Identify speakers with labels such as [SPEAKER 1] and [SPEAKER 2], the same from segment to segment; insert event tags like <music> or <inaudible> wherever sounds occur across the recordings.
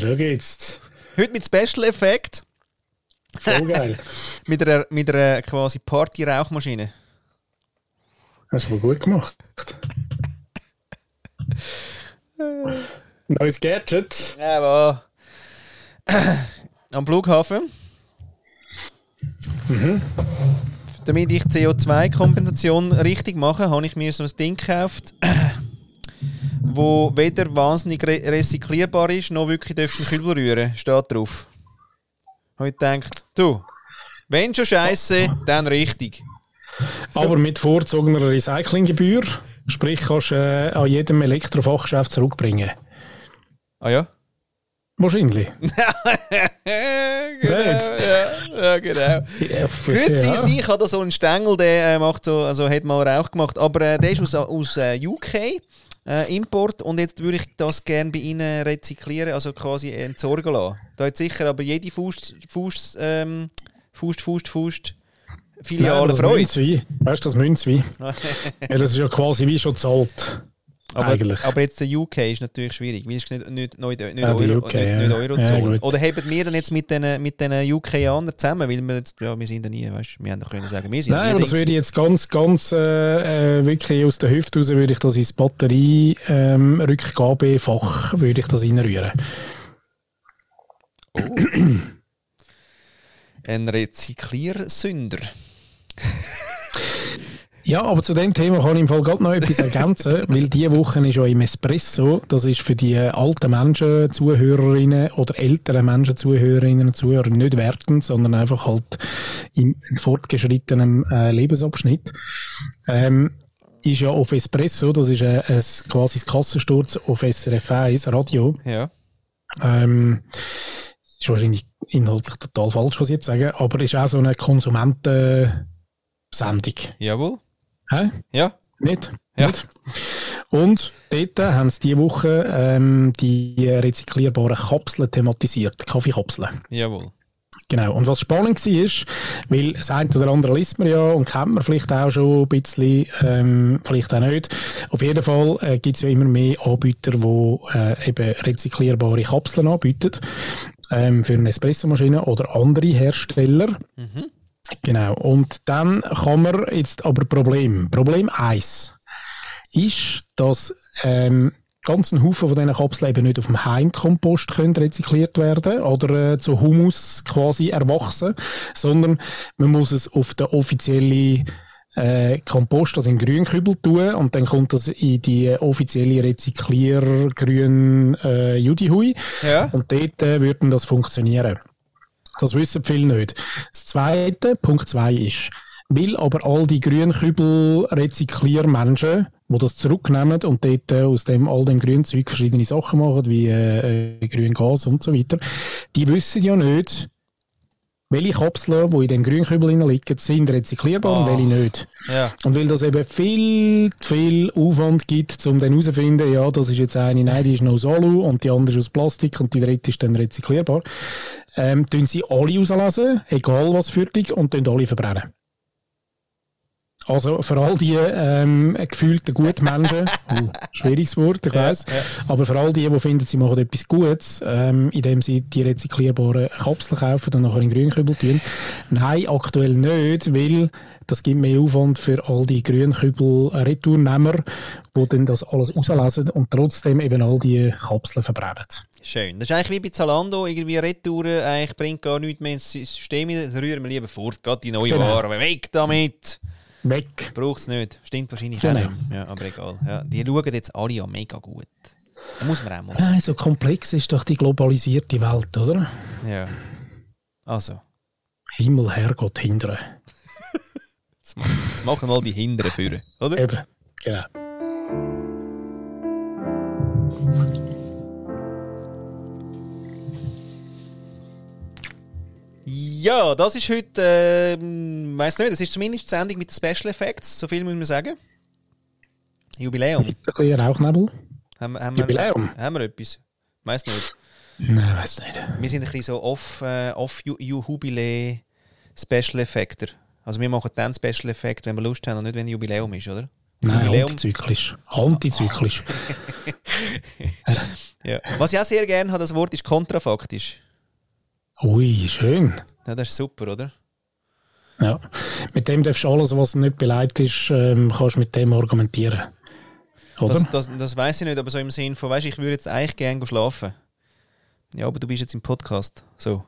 [SPEAKER 1] Schau jetzt.
[SPEAKER 2] Heute mit Special Effekt.
[SPEAKER 1] Voll geil.
[SPEAKER 2] mit, einer, mit einer quasi Party-Rauchmaschine.
[SPEAKER 1] Hast du aber gut gemacht. Neues Gadget.
[SPEAKER 2] Jawohl. Am Flughafen. Damit ich CO2-Kompensation richtig mache, habe ich mir so ein Ding gekauft, <clears throat> wo weder wahnsinnig re recycelbar ist, noch wirklich darfst du einen Kübel rühren. Steht drauf. Habe ich gedacht, du, wenn schon Scheiße, dann richtig.
[SPEAKER 1] Aber mit vorzogener Recyclinggebühr. Sprich, kannst du äh, an jedem Elektrofachgeschäft zurückbringen.
[SPEAKER 2] Ah ja?
[SPEAKER 1] Wahrscheinlich.
[SPEAKER 2] genau, <laughs> ja, ja, genau.
[SPEAKER 1] Ja, ja.
[SPEAKER 2] Gut, sie, sie, ich habe da so einen Stängel, der äh, macht so, also hat mal Rauch gemacht, aber äh, der ist aus, aus äh, UK, äh, Import, und jetzt würde ich das gerne bei Ihnen rezyklieren, also quasi entsorgen lassen. Da hat sicher aber jede Fuß, Fuß, ähm, Fuß, Fuß, Fuß,
[SPEAKER 1] Nein,
[SPEAKER 2] Filiale
[SPEAKER 1] das
[SPEAKER 2] Freude.
[SPEAKER 1] Münz wie. Weißt du, das Münz wie? ja, das ist ja quasi wie schon zahlt.
[SPEAKER 2] Aber,
[SPEAKER 1] Eigentlich.
[SPEAKER 2] aber jetzt der UK ist natürlich schwierig, weil es ist nicht, nicht, nicht, nicht,
[SPEAKER 1] Ah, die
[SPEAKER 2] Euro,
[SPEAKER 1] UK,
[SPEAKER 2] nicht,
[SPEAKER 1] ja.
[SPEAKER 2] nicht
[SPEAKER 1] Ja,
[SPEAKER 2] Eurozone.
[SPEAKER 1] gut.
[SPEAKER 2] Oder haben wir dann jetzt mit den, mit den UK-Anern zusammen, weil wir jetzt, ja, wir sind ja nie, weißt, wir haben doch können sagen, wir sind
[SPEAKER 1] Nein,
[SPEAKER 2] ja
[SPEAKER 1] aber
[SPEAKER 2] nie
[SPEAKER 1] das
[SPEAKER 2] Dings.
[SPEAKER 1] würde ich jetzt ganz, ganz äh, äh, wirklich aus der Hüfte raus, würde ich das ins Batterie-Rückgabefach würde ich das reinrühren.
[SPEAKER 2] Ein Rezykliersünder.
[SPEAKER 1] Ja, aber zu dem Thema kann ich im Fall gerade noch etwas ergänzen, weil diese Woche ist ja im Espresso, das ist für die alten Menschen, Zuhörerinnen oder älteren Menschen, Zuhörerinnen und Zuhörer nicht wertend, sondern einfach halt im fortgeschrittenen äh, Lebensabschnitt. Ähm, ist ja auf Espresso, das ist äh, ein, quasi das Kassensturz auf SRF 1 Radio.
[SPEAKER 2] Ja.
[SPEAKER 1] Ähm, ist wahrscheinlich inhaltlich total falsch, was ich jetzt sage, aber ist auch so eine Konsumentensendung.
[SPEAKER 2] Jawohl.
[SPEAKER 1] Hä?
[SPEAKER 2] Ja.
[SPEAKER 1] Nicht?
[SPEAKER 2] Ja.
[SPEAKER 1] Nicht? Und dort haben sie diese Woche ähm, die rezyklierbaren Kapseln thematisiert, Kaffeekapseln.
[SPEAKER 2] Jawohl.
[SPEAKER 1] Genau. Und was spannend war, ist, weil das eine oder andere liest man ja und kennt man vielleicht auch schon ein bisschen, ähm, vielleicht auch nicht. Auf jeden Fall äh, gibt es ja immer mehr Anbieter, die äh, eben rezyklierbare Kapseln anbieten ähm, für eine Espressomaschine oder andere Hersteller.
[SPEAKER 2] Mhm.
[SPEAKER 1] Genau. Und dann kann man jetzt aber Problem. Problem 1 ist, dass ähm, ganzen Haufen von diesen Kapseln eben nicht auf dem Heimkompost können rezykliert werden oder äh, zu Humus quasi erwachsen, sondern man muss es auf den offiziellen äh, Kompost, also in Grünkübel tun und dann kommt das in die offizielle Rezykliergrün äh, Judihui
[SPEAKER 2] Ja.
[SPEAKER 1] und dort äh, würde dann das funktionieren. Das wissen viele nicht. Das zweite, Punkt zwei ist, weil aber all die Grünkübel-Rezykliermenschen, die das zurücknehmen und dort äh, aus dem, all dem Grünzeug verschiedene Sachen machen, wie äh, äh, Grüngas und so weiter, die wissen ja nicht, welche Kapseln, die in dem Grünkübel drin liegen, sind rezyklierbar und
[SPEAKER 2] Ah.
[SPEAKER 1] welche nicht.
[SPEAKER 2] Ja.
[SPEAKER 1] Und weil das eben viel, zu viel Aufwand gibt, um dann herauszufinden, ja, das ist jetzt eine, nein, die ist noch aus Alu und die andere ist aus Plastik und die dritte ist dann rezyklierbar, ähm, tun sie alle rauslassen, egal was für dich, und tun alle verbrennen. Also für all die ähm, gefühlten Gutmenschen, uh, schwieriges Wort, ich weiss, aber für all die, die finden, sie machen etwas Gutes, ähm, indem sie die rezyklierbaren Kapseln kaufen und nachher in Grünkübel tun, nein, aktuell nicht, weil das gibt mehr Aufwand für all die Grünkübel-Retournehmer, die dann das alles rauslesen und trotzdem eben all die Kapseln verbrennen.
[SPEAKER 2] Schön. Das ist eigentlich wie bei Zalando, irgendwie Retouren, eigentlich bringt gar nichts mehr ins System, rein, das rühren wir lieber fort, gerade die neue
[SPEAKER 1] Genau.
[SPEAKER 2] Ware, weg damit!
[SPEAKER 1] Weg!
[SPEAKER 2] Braucht es nicht. Stimmt wahrscheinlich
[SPEAKER 1] Genau.
[SPEAKER 2] auch nicht. Ja, aber egal. Ja, die schauen jetzt alle ja mega gut. Das muss man auch mal sagen.
[SPEAKER 1] Nein, so komplex ist doch die globalisierte Welt, oder?
[SPEAKER 2] Ja. Also,
[SPEAKER 1] Himmel, Herrgott, hindern.
[SPEAKER 2] jetzt ma- jetzt machen wir mal die Hinteren führen, oder?
[SPEAKER 1] Eben, genau.
[SPEAKER 2] Ja, das ist heute, äh, weiß nicht, das ist zumindest die Sendung mit den Special Effects, so viel muss man sagen. Jubiläum.
[SPEAKER 1] Ein bisschen Rauchnebel?
[SPEAKER 2] Haben, haben
[SPEAKER 1] Jubiläum?
[SPEAKER 2] Wir, haben wir etwas? Weiß nicht.
[SPEAKER 1] Nein, weiß nicht.
[SPEAKER 2] Wir sind ein bisschen so off, äh, off Ju- Ju- Jubiläe Special Effekter. Also wir machen dann Special Effekt, wenn wir Lust haben und nicht wenn Jubiläum ist, oder?
[SPEAKER 1] Nein,
[SPEAKER 2] Jubiläum,
[SPEAKER 1] antizyklisch. Antizyklisch.
[SPEAKER 2] Ja. Was ich auch sehr gerne habe, das Wort ist kontrafaktisch.
[SPEAKER 1] Ui, schön.
[SPEAKER 2] Ja, das ist super, oder?
[SPEAKER 1] Ja. Mit dem darfst du alles, was nicht beleidigt ist, ähm, kannst mit dem argumentieren. Oder?
[SPEAKER 2] Das, das, das weiß ich nicht, aber so im Sinn von, weißt du, ich würde jetzt eigentlich gerne gehen schlafen. Ja, aber du bist jetzt im Podcast. So.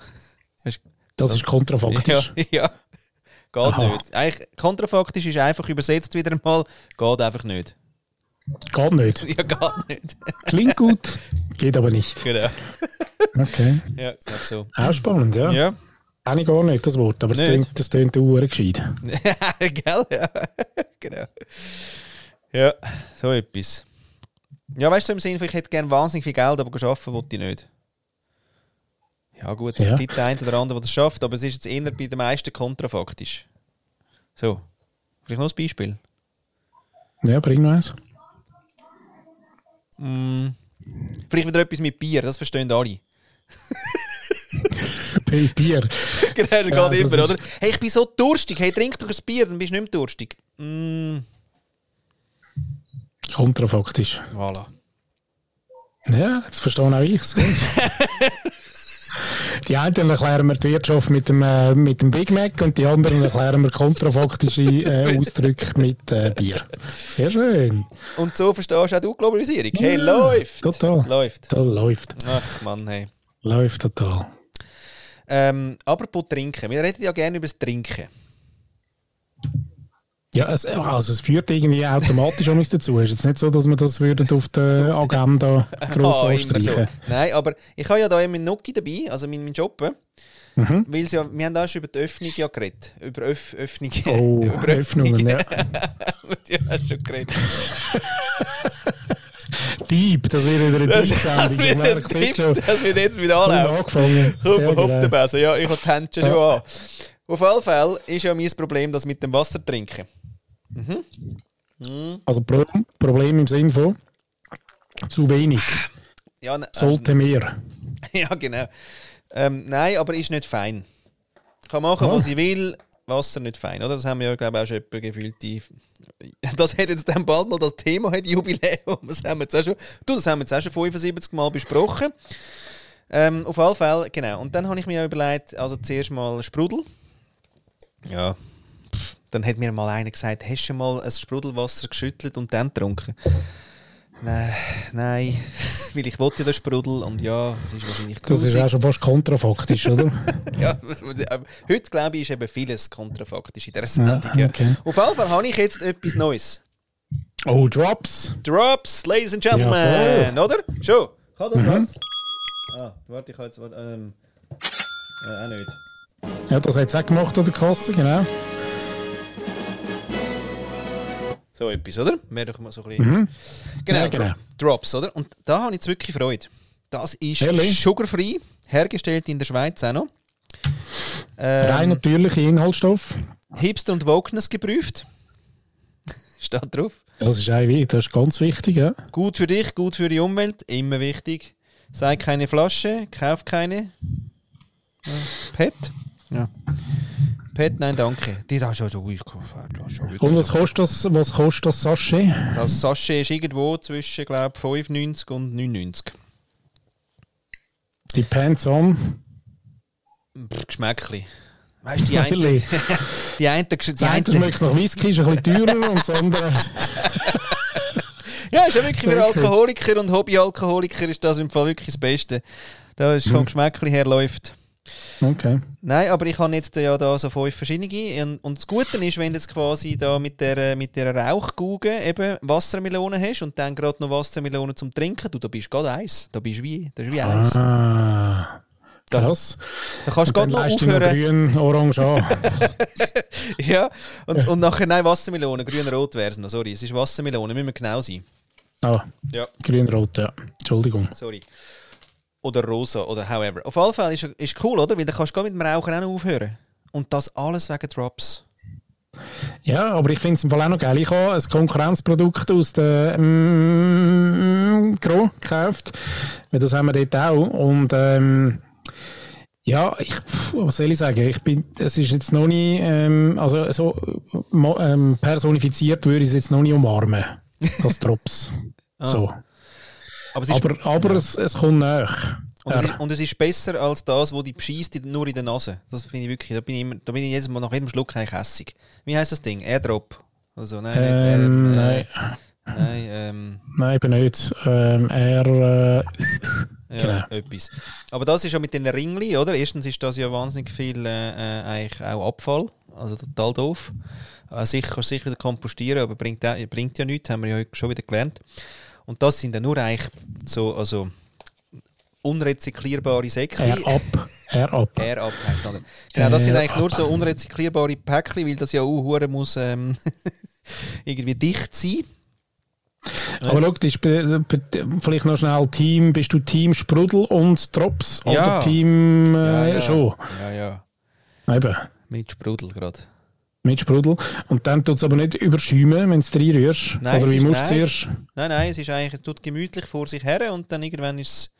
[SPEAKER 2] <laughs> Weisst du,
[SPEAKER 1] Das ist kontrafaktisch.
[SPEAKER 2] Ja, <laughs> ja. Geht
[SPEAKER 1] Aha.
[SPEAKER 2] nicht. Eigentlich, kontrafaktisch ist einfach übersetzt wieder einmal, geht einfach nicht. <laughs>
[SPEAKER 1] Geht nicht.
[SPEAKER 2] Ja, geht nicht.
[SPEAKER 1] Klingt gut, geht aber nicht.
[SPEAKER 2] genau.
[SPEAKER 1] Okay.
[SPEAKER 2] Ja, ich glaube so.
[SPEAKER 1] Auch spannend, ja.
[SPEAKER 2] Ja.
[SPEAKER 1] Kenne ich gar nicht, das Wort, aber es
[SPEAKER 2] Nicht?
[SPEAKER 1] tönt- das tönt auch gescheit.
[SPEAKER 2] <laughs> Gell? Ja. genau. Ja, so etwas. Ja, weißt du, so im Sinne, von, ich hätte gerne wahnsinnig viel Geld, aber arbeiten wollte ich nicht. Ja, gut,
[SPEAKER 1] Ja.
[SPEAKER 2] es gibt den einen oder anderen, der das schafft, aber es ist jetzt eher bei den meisten kontrafaktisch. So, vielleicht noch ein Beispiel.
[SPEAKER 1] Ja, bring noch eins.
[SPEAKER 2] Mm, vielleicht wieder etwas mit Bier, das verstehen alle. <laughs>
[SPEAKER 1] Bei Bier.
[SPEAKER 2] genau, das
[SPEAKER 1] Ja,
[SPEAKER 2] geht
[SPEAKER 1] das
[SPEAKER 2] immer,
[SPEAKER 1] ist-
[SPEAKER 2] oder? Hey, ich bin so durstig, hey, trink doch ein Bier, dann bist du nicht mehr durstig. Mm,
[SPEAKER 1] Kontrafaktisch.
[SPEAKER 2] voilà.
[SPEAKER 1] Ja, jetzt verstehe auch
[SPEAKER 2] <laughs>
[SPEAKER 1] ich Die einen erklären wir die Wirtschaft mit dem, äh, mit dem Big Mac und die anderen erklären wir kontrafaktische
[SPEAKER 2] <laughs>
[SPEAKER 1] äh, Ausdrücke mit äh, Bier. Sehr schön.
[SPEAKER 2] Und so verstehst auch du Globalisierung. Hey,
[SPEAKER 1] Ja,
[SPEAKER 2] läuft!
[SPEAKER 1] total.
[SPEAKER 2] Läuft.
[SPEAKER 1] Da läuft.
[SPEAKER 2] Ach Mann, hey.
[SPEAKER 1] Läuft total.
[SPEAKER 2] Ähm, apropos Trinken. Wir reden ja gerne über das Trinken.
[SPEAKER 1] Ja, es, also es führt irgendwie automatisch auch nichts dazu. Es ist jetzt nicht so, dass wir das würden auf der Agenda gross
[SPEAKER 2] Ah, immer so.
[SPEAKER 1] anstreichen.
[SPEAKER 2] Nein, aber ich habe ja da eben meinen Nuki dabei, also meinen, meinen Job.
[SPEAKER 1] Mhm.
[SPEAKER 2] Weil es ja, wir haben da schon über die Öffnung ja geredet. Über Öff Öffnung.
[SPEAKER 1] Oh,
[SPEAKER 2] <laughs> über
[SPEAKER 1] Öffnungen, ja.
[SPEAKER 2] ja, hast schon geredet.
[SPEAKER 1] Deep, das wäre wieder eine Deep-Sendung. Ich merke,
[SPEAKER 2] Das
[SPEAKER 1] es jetzt schon.
[SPEAKER 2] dass wir jetzt mit
[SPEAKER 1] Wir
[SPEAKER 2] anlaufen.
[SPEAKER 1] haben angefangen.
[SPEAKER 2] Komm,
[SPEAKER 1] Ja,
[SPEAKER 2] hopp
[SPEAKER 1] genau.
[SPEAKER 2] den Besen. Ja, ich habe die Händchen schon an. Auf alle Fälle ist ja mein Problem das mit dem Wasser trinken.
[SPEAKER 1] Also Pro Problem im Sinne von zu wenig,
[SPEAKER 2] Ja, ne-
[SPEAKER 1] sollte mehr.
[SPEAKER 2] <laughs> Ja, genau. Ähm, nein, aber ist nicht fein. Kann machen,
[SPEAKER 1] Ah.
[SPEAKER 2] was ich will, Wasser nicht fein, oder? Das haben wir ja, glaube ich, auch schon etwa gefühlt. Die <laughs> das hat jetzt dann bald noch das Thema, hat Jubiläum. Das haben wir jetzt auch schon, du, das haben wir jetzt auch schon 75 Mal besprochen. Ähm, auf alle Fälle, genau. Und dann habe ich mir ja überlegt, also zuerst mal Sprudel. Ja. Dann hat mir mal einer gesagt, hast du schon mal ein Sprudelwasser geschüttelt und dann getrunken? Nein, nein, <laughs> weil ich wollte ja den Sprudel und ja, das ist wahrscheinlich
[SPEAKER 1] Das ist
[SPEAKER 2] grusig.
[SPEAKER 1] auch schon fast kontrafaktisch,
[SPEAKER 2] <laughs>
[SPEAKER 1] oder?
[SPEAKER 2] Ja, das muss ich- aber heute glaube ich, ist eben vieles kontrafaktisch in dieser Sendung.
[SPEAKER 1] Ja,
[SPEAKER 2] Ja,
[SPEAKER 1] okay.
[SPEAKER 2] Auf jeden Fall habe ich jetzt etwas Neues.
[SPEAKER 1] Oh, Drops!
[SPEAKER 2] Drops, Ladies and Gentlemen, oder? Schon. Kann
[SPEAKER 1] Mhm.
[SPEAKER 2] das was? Ah, warte, ich habe jetzt. warte, Ähm, äh, auch nicht.
[SPEAKER 1] Ja, das hat es auch gemacht an der Kasse,
[SPEAKER 2] Ähm.
[SPEAKER 1] genau.
[SPEAKER 2] So etwas, oder? Mehr doch mal so ein bisschen. Genau,
[SPEAKER 1] Mhm. Ja, genau.
[SPEAKER 2] Drops, oder? Und da habe ich jetzt wirklich Freude. Das ist
[SPEAKER 1] Ehrlich?
[SPEAKER 2] sugarfrei, hergestellt in der Schweiz auch noch.
[SPEAKER 1] Rein
[SPEAKER 2] Ähm,
[SPEAKER 1] natürliche Inhaltsstoff.
[SPEAKER 2] Hipster und Wokeness geprüft. <laughs> Steht drauf.
[SPEAKER 1] Das ist, auch, wie- das ist ganz wichtig, ja.
[SPEAKER 2] Gut für dich, gut für die Umwelt, immer wichtig. Sei keine Flasche, kauf keine. Ja, Pet? Ja. Pet, nein, danke. Die da schon so halt ruhig
[SPEAKER 1] Und was kostet das, was kostet das Sachet?
[SPEAKER 2] Das Sachet ist irgendwo zwischen, glaube ich, 95 und 99.
[SPEAKER 1] Die Pants on.
[SPEAKER 2] Pff, Geschmäckli. Weißt du, die einen,
[SPEAKER 1] Natürlich.
[SPEAKER 2] <laughs> die einen, die
[SPEAKER 1] Das eine
[SPEAKER 2] einen,
[SPEAKER 1] schmeckt nach Whisky, ist ein bisschen teurer und das andere.
[SPEAKER 2] Ja, ist ja wirklich für
[SPEAKER 1] Wirklich.
[SPEAKER 2] Alkoholiker und Hobbyalkoholiker ist das im Fall wirklich das Beste. Da ist
[SPEAKER 1] Hm.
[SPEAKER 2] vom Geschmäckli her läuft.
[SPEAKER 1] Okay.
[SPEAKER 2] Nein, aber ich habe jetzt ja da so fünf verschiedene. Und- Und das Gute ist, wenn du jetzt quasi da mit der, mit der Rauchgauge eben Wassermelonen hast und dann gerade noch Wassermelonen zum Trinken, du, da bist du gerade Eis. Da bist du wie, das ist wie Eis.
[SPEAKER 1] Ah, krass.
[SPEAKER 2] Da kannst du
[SPEAKER 1] Dann
[SPEAKER 2] gerade noch
[SPEAKER 1] leist du noch
[SPEAKER 2] aufhören.
[SPEAKER 1] grün, orange an.
[SPEAKER 2] <laughs> Ja, und, und nachher, nein, Wassermelonen, grün-rot wäre es noch, sorry. Es ist Wassermelone, müssen wir genau sein.
[SPEAKER 1] Ah,
[SPEAKER 2] Ja.
[SPEAKER 1] grün-rot, ja. Entschuldigung.
[SPEAKER 2] Sorry. Oder rosa oder however. Auf alle Fälle ist ist cool, oder? Weil dann kannst du gerade mit dem Rauchen auch noch aufhören. Und das alles wegen Drops.
[SPEAKER 1] Ja, aber ich finde es im Fall auch noch geil. Ich habe ein Konkurrenzprodukt aus der mm, Gro gekauft, weil das haben wir dort auch. Und ähm, ja, ich, pff, was soll ich sagen? Ich bin, es ist jetzt noch nie, ähm, also so äh, mo- ähm,
[SPEAKER 2] <laughs>
[SPEAKER 1] personifiziert würde ich es jetzt noch nie umarmen. Das Drops. So.
[SPEAKER 2] Aber Ah. es ist,
[SPEAKER 1] Ah. Aber, aber es, es kommt nach.
[SPEAKER 2] und, es ist, und es ist besser als das, wo die beschießt in- nur in der Nase. Das finde ich wirklich, da bin ich, immer, da bin ich jedes Mal nach jedem Schluck eigentlich hässig. Wie heißt das Ding? Airdrop? Also, nein,
[SPEAKER 1] Ähm,
[SPEAKER 2] nicht
[SPEAKER 1] nein,
[SPEAKER 2] Air, nein. nein, ähm,
[SPEAKER 1] nein, eben nicht. Ähm,
[SPEAKER 2] <laughs>
[SPEAKER 1] er. Äh, Genau.
[SPEAKER 2] ja, etwas. Aber das ist ja mit den Ringli, oder? Erstens ist das ja wahnsinnig viel äh, äh, eigentlich auch Abfall, also total doof. Äh, sicher kannst du sicher wieder kompostieren, aber bringt, ja- bringt ja nichts, haben wir ja heute schon wieder gelernt. Und das sind ja nur eigentlich so, also unrezyklierbare Säckchen.
[SPEAKER 1] er ab. Er ab.
[SPEAKER 2] Air Up heisst das. Genau, das sind
[SPEAKER 1] Air
[SPEAKER 2] eigentlich
[SPEAKER 1] Up.
[SPEAKER 2] nur so unrezyklierbare Päckchen, weil das ja auch hure muss ähm, <laughs> irgendwie dicht sein.
[SPEAKER 1] Aber schau, das ist be- be- vielleicht noch schnell Team. Bist du Team Sprudel und Drops?
[SPEAKER 2] Ja.
[SPEAKER 1] Oder Team äh, schon?
[SPEAKER 2] Ja, ja.
[SPEAKER 1] Eben.
[SPEAKER 2] Mit Sprudel gerade.
[SPEAKER 1] Mit Sprudel. Und dann tut es aber nicht überschäumen, wenn du es reinrührst.
[SPEAKER 2] Nein,
[SPEAKER 1] Oder
[SPEAKER 2] es
[SPEAKER 1] wie
[SPEAKER 2] ist-
[SPEAKER 1] musst du
[SPEAKER 2] nein.
[SPEAKER 1] zuerst?
[SPEAKER 2] Nein, nein, es ist eigentlich, es tut gemütlich vor sich her und dann irgendwann ist es,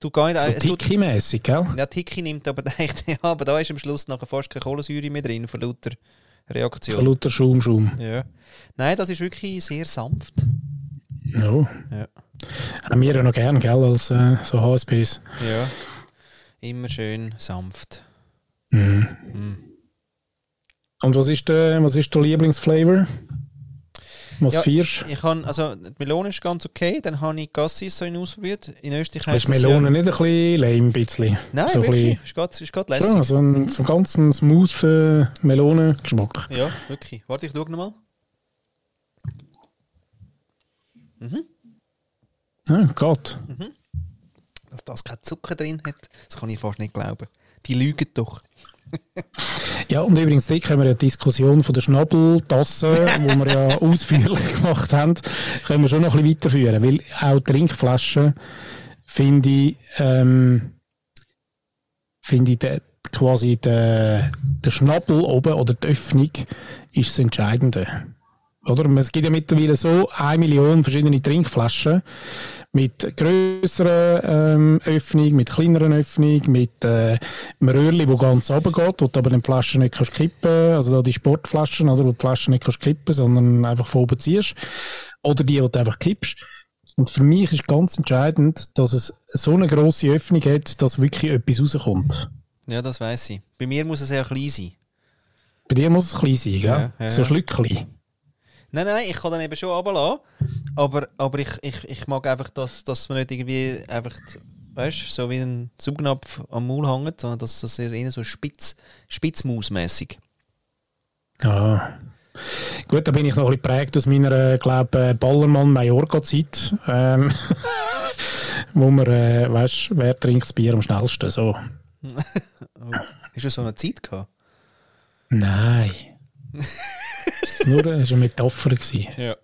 [SPEAKER 2] tut gar nicht,
[SPEAKER 1] So
[SPEAKER 2] Äh, es tut,
[SPEAKER 1] Tiki-mässig, gell?
[SPEAKER 2] ja, Tiki nimmt aber <laughs> echt, ja, aber da ist am Schluss nachher fast keine Kohlensäure mehr drin von lauter
[SPEAKER 1] Von
[SPEAKER 2] Reaktion.
[SPEAKER 1] lauter Schaum, Schaum.
[SPEAKER 2] Ja. Nein, das ist wirklich sehr sanft.
[SPEAKER 1] No.
[SPEAKER 2] Ja.
[SPEAKER 1] Haben wir ja noch gern, gell, als äh, so HSPs.
[SPEAKER 2] Ja. Immer schön sanft.
[SPEAKER 1] Und was ist der, was ist der Lieblingsflavor? Was
[SPEAKER 2] Ja,
[SPEAKER 1] feierst
[SPEAKER 2] Ich kann, also die Melone ist ganz okay, dann habe ich Gassis so in ausprobiert. In Österreich
[SPEAKER 1] du? Ist
[SPEAKER 2] heisst das
[SPEAKER 1] Melone nicht ein bisschen lame, ein bisschen?
[SPEAKER 2] Ja, nein,
[SPEAKER 1] so ein
[SPEAKER 2] wirklich.
[SPEAKER 1] bisschen-
[SPEAKER 2] Ist gerade, ist gerade
[SPEAKER 1] Ja,
[SPEAKER 2] lässig.
[SPEAKER 1] so ein, so einen ganzen smooth äh, Melonengeschmack.
[SPEAKER 2] Ja, wirklich. Warte, ich schaue nochmal.
[SPEAKER 1] Ja, Gott.
[SPEAKER 2] Dass das kein Zucker drin hat, das kann ich fast nicht glauben. Die lügen doch.
[SPEAKER 1] Ja, und übrigens, dort können wir ja die Diskussion von der <laughs> Schnabeltasse, die wir ja ausführlich gemacht haben, können wir schon noch ein bisschen weiterführen, weil auch Trinkflaschen finde ich, ähm, finde ich de, quasi der der Schnabel oben oder die Öffnung ist das Entscheidende. Oder? Es gibt ja mittlerweile so eine Million verschiedene Trinkflaschen mit größerer ähm, Öffnung, mit kleineren Öffnung, mit äh, einem Röhrchen, wo ganz oben geht, wo du aber die Flasche nicht kannst kippen also da die Sportflaschen, oder, wo du die Flasche nicht kannst kippen sondern einfach von oben ziehst. Oder die, die du einfach kippst. Und für mich ist ganz entscheidend, dass es so eine grosse Öffnung hat, dass wirklich etwas rauskommt.
[SPEAKER 2] Ja, das weiß ich. Bei mir muss es sehr klein sein.
[SPEAKER 1] Bei dir muss es klein sein, gell?
[SPEAKER 2] Ja, ja,
[SPEAKER 1] so
[SPEAKER 2] ja.
[SPEAKER 1] ein Schlückchen.
[SPEAKER 2] Nein, nein, ich kann dann eben schon runterlassen, aber, aber ich, ich, ich mag einfach, dass, dass man nicht irgendwie einfach, weißt so wie ein Saugnapf am Maul hängt, sondern dass das eher so spitz, spitzmausmäßig.
[SPEAKER 1] Ja. Gut, da bin ich noch ein bisschen geprägt aus meiner, äh, glaube Ballermann-Mallorca-Zeit. Ähm, <laughs> wo man, äh, weißt wer trinkt das Bier am schnellsten? So.
[SPEAKER 2] Hast du so eine Zeit gehabt?
[SPEAKER 1] Nein. das war nur äh, das war eine Metapher. Gewesen.
[SPEAKER 2] Ja.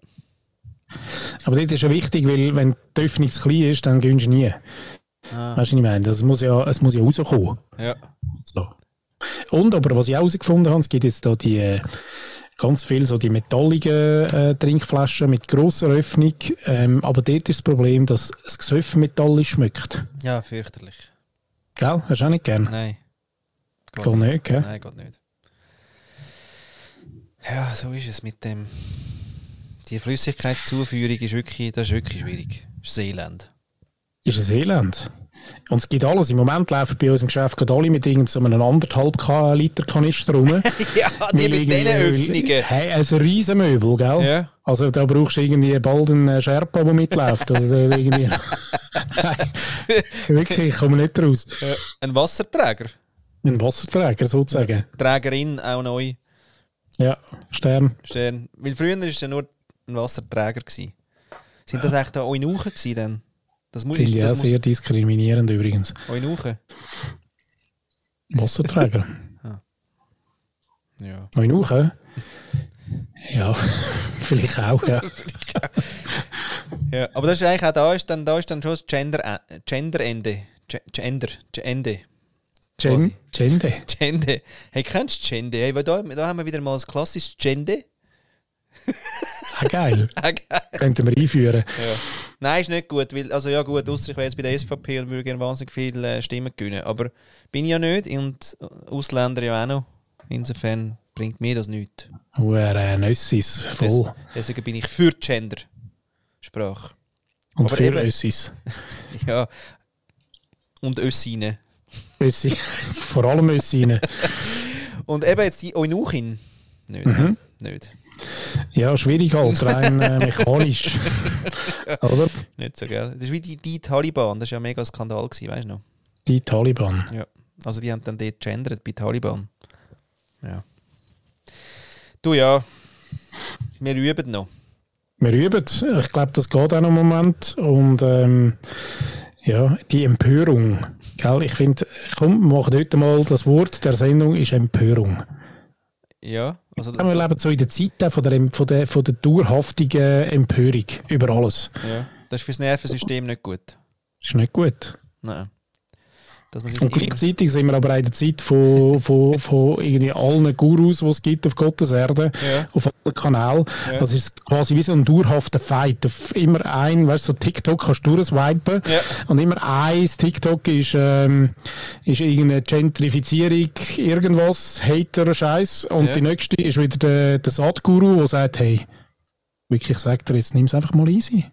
[SPEAKER 1] Aber das ist ja wichtig, weil wenn die Öffnung zu klein ist, dann gönnst du nie.
[SPEAKER 2] Ah.
[SPEAKER 1] Weißt du, was ich meine? Das muss ja, es muss ja rauskommen.
[SPEAKER 2] Ja.
[SPEAKER 1] So. Und aber was ich auch herausgefunden habe, es gibt jetzt da die äh, ganz viel so die metalligen äh, Trinkflaschen mit grosser Öffnung, ähm, aber dort ist das Problem, dass das Gesöff metallisch schmeckt.
[SPEAKER 2] Ja, fürchterlich.
[SPEAKER 1] Gell? Hast du auch nicht gern?
[SPEAKER 2] Nein. Geht
[SPEAKER 1] Geht nicht, gell?
[SPEAKER 2] Nein, geht nicht. Ja, so ist es mit dem. Die Flüssigkeitszuführung ist wirklich, das ist wirklich schwierig. Das ist Seeland.
[SPEAKER 1] Ist es Elend. Und es gibt alles. Im Moment laufen bei uns im Geschäft gerade alle mit irgend so einem anderthalb K- äh, Liter Kanister rum.
[SPEAKER 2] <laughs> <laughs> Ja, die mit diesen Öffnungen.
[SPEAKER 1] Hey, ein also Riesenmöbel, gell?
[SPEAKER 2] Ja.
[SPEAKER 1] Also da brauchst du irgendwie bald einen äh, Sherpa, der mitläuft. Oder
[SPEAKER 2] <laughs>
[SPEAKER 1] irgendwie. <laughs> Nein, wirklich, ich komme nicht raus.
[SPEAKER 2] Ein Wasserträger.
[SPEAKER 1] Ein Wasserträger sozusagen.
[SPEAKER 2] Trägerin auch neu.
[SPEAKER 1] Ja, Stern.
[SPEAKER 2] Stern. Weil früher war es ja nur ein Wasserträger. Gewesen. Sind das echt Eunuchen gewesen dann? Das muss
[SPEAKER 1] Finde ich auch
[SPEAKER 2] das
[SPEAKER 1] sehr diskriminierend übrigens.
[SPEAKER 2] muss- Eunuchen. <laughs>
[SPEAKER 1] Wasserträger.
[SPEAKER 2] Ja.
[SPEAKER 1] Neunuchen? Ja, <laughs> vielleicht auch. Ja.
[SPEAKER 2] ja. Aber das ist eigentlich auch da ist dann, da ist dann schon das Gender, äh, Genderende. Ge- Gender. Gender.
[SPEAKER 1] Gen
[SPEAKER 2] Quasi.
[SPEAKER 1] Gende.
[SPEAKER 2] Gende. Hey, kennst du Gende? Hey, weil da, da haben wir wieder mal ein klassisches Gende. <laughs>
[SPEAKER 1] Ah, geil.
[SPEAKER 2] Ah, geil.
[SPEAKER 1] Könnten wir einführen.
[SPEAKER 2] Ja. Nein, ist nicht gut, weil, also ja gut, ausser ich wäre jetzt bei der SVP und würde gerne wahnsinnig viele äh, Stimmen gewinnen, aber bin ich ja nicht und Ausländer ja auch noch. Insofern bringt mir das nichts.
[SPEAKER 1] Huere Nössis,
[SPEAKER 2] Des,
[SPEAKER 1] äh, voll.
[SPEAKER 2] deswegen bin ich für Gender-Sprache.
[SPEAKER 1] Und
[SPEAKER 2] Aber
[SPEAKER 1] für
[SPEAKER 2] eben-
[SPEAKER 1] Össis.
[SPEAKER 2] Ja. Und Össine.
[SPEAKER 1] Össi. <laughs> Vor allem Össine.
[SPEAKER 2] Und eben jetzt die Eunuchin. Nicht. Nicht.
[SPEAKER 1] Ja, schwierig halt, rein äh,
[SPEAKER 2] <laughs>
[SPEAKER 1] mechanisch. Oder?
[SPEAKER 2] Nicht so geil. Das ist wie die, die Taliban. Das war ja ein mega Skandal, gewesen, weißt du noch?
[SPEAKER 1] Die Taliban.
[SPEAKER 2] Ja. Also die haben dann dort gegendert bei Taliban. Ja. Du ja. Wir üben noch.
[SPEAKER 1] Wir üben. Ich glaube, das geht auch noch einen Moment. Und ähm, ja, die Empörung. Gell? Ich finde, komm, mach heute mal das Wort der Sendung ist Empörung.
[SPEAKER 2] Ja. Also
[SPEAKER 1] Ja, wir
[SPEAKER 2] das,
[SPEAKER 1] leben so in der Zeit auch von der, Em- von der, von der dauerhaftigen Empörung über alles.
[SPEAKER 2] ja. das ist fürs Nervensystem nicht gut.
[SPEAKER 1] Das ist nicht gut.
[SPEAKER 2] Nein. Dass man sich
[SPEAKER 1] Und
[SPEAKER 2] immer-
[SPEAKER 1] gleichzeitig sind wir aber auch in der Zeit von, von, von irgendwie allen Gurus, die es gibt auf Gottes Erde,
[SPEAKER 2] Ja.
[SPEAKER 1] auf allen Kanälen.
[SPEAKER 2] Ja.
[SPEAKER 1] Das ist quasi wie so ein dauerhafter Fight. Auf immer ein, weißt du, so TikTok kannst du durchswipen
[SPEAKER 2] Ja.
[SPEAKER 1] und immer eins TikTok ist, ähm, ist irgendeine Gentrifizierung, irgendwas, Hater, Scheiß. Und
[SPEAKER 2] Ja.
[SPEAKER 1] die nächste ist wieder der, der Saatguru, der sagt, hey, wirklich sagt er jetzt, nimm es einfach mal easy.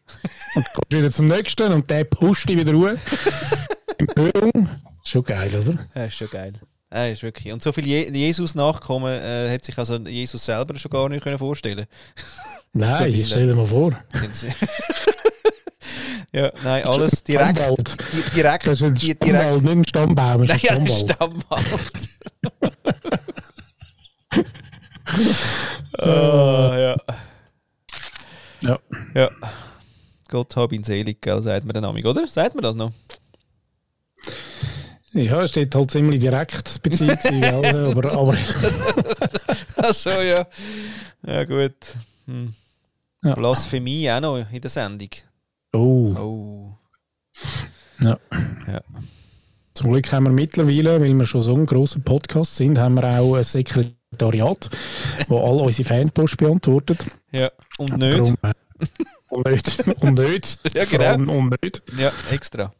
[SPEAKER 1] Und du kommst wieder zum nächsten und der pusht dich wieder
[SPEAKER 2] <laughs>
[SPEAKER 1] ruhe. Empörung. Schon geil, oder?
[SPEAKER 2] Ja, ist schon geil. Ja, ist wirklich. Und so viel Je Jesus nachkommen, äh, hat sich also Jesus selber schon gar nicht können vorstellen.
[SPEAKER 1] Nein,
[SPEAKER 2] bisschen
[SPEAKER 1] stell dir mal vor.
[SPEAKER 2] <laughs> ja, nein, alles direkt,
[SPEAKER 1] Stammwald.
[SPEAKER 2] di direkt,
[SPEAKER 1] Das ist ein
[SPEAKER 2] di direkt.
[SPEAKER 1] Stammwald, nicht ein Stammbaum, das
[SPEAKER 2] Nein,
[SPEAKER 1] ist
[SPEAKER 2] <laughs> ja,
[SPEAKER 1] ein
[SPEAKER 2] das ist
[SPEAKER 1] Stammwald.
[SPEAKER 2] Stammwald.
[SPEAKER 1] <laughs>
[SPEAKER 2] Ah,
[SPEAKER 1] Eh.
[SPEAKER 2] ja,
[SPEAKER 1] Ja.
[SPEAKER 2] ja. Gott hab ihn selig, gell, sagt man den Namen, oder? Sagt man das <laughs> noch?
[SPEAKER 1] ja, es steht halt ziemlich direkt Beziehung,
[SPEAKER 2] <laughs>
[SPEAKER 1] gewesen, gell? aber, aber
[SPEAKER 2] Ach so, Ah, ja. Ja, gut. Hm.
[SPEAKER 1] Ja.
[SPEAKER 2] Blasphemie auch noch in der Sendung.
[SPEAKER 1] oh,
[SPEAKER 2] Oh.
[SPEAKER 1] Ja.
[SPEAKER 2] Ja.
[SPEAKER 1] zum Glück haben wir mittlerweile, weil wir schon so ein grosser Podcast sind, haben wir auch ein Sekretariat, wo all unsere Fanpost beantwortet.
[SPEAKER 2] ja. Und nicht?
[SPEAKER 1] Darum, äh, und nicht. Und nicht.
[SPEAKER 2] <laughs> Ja,
[SPEAKER 1] Vor
[SPEAKER 2] genau.
[SPEAKER 1] allem Und nicht.
[SPEAKER 2] Ja, extra.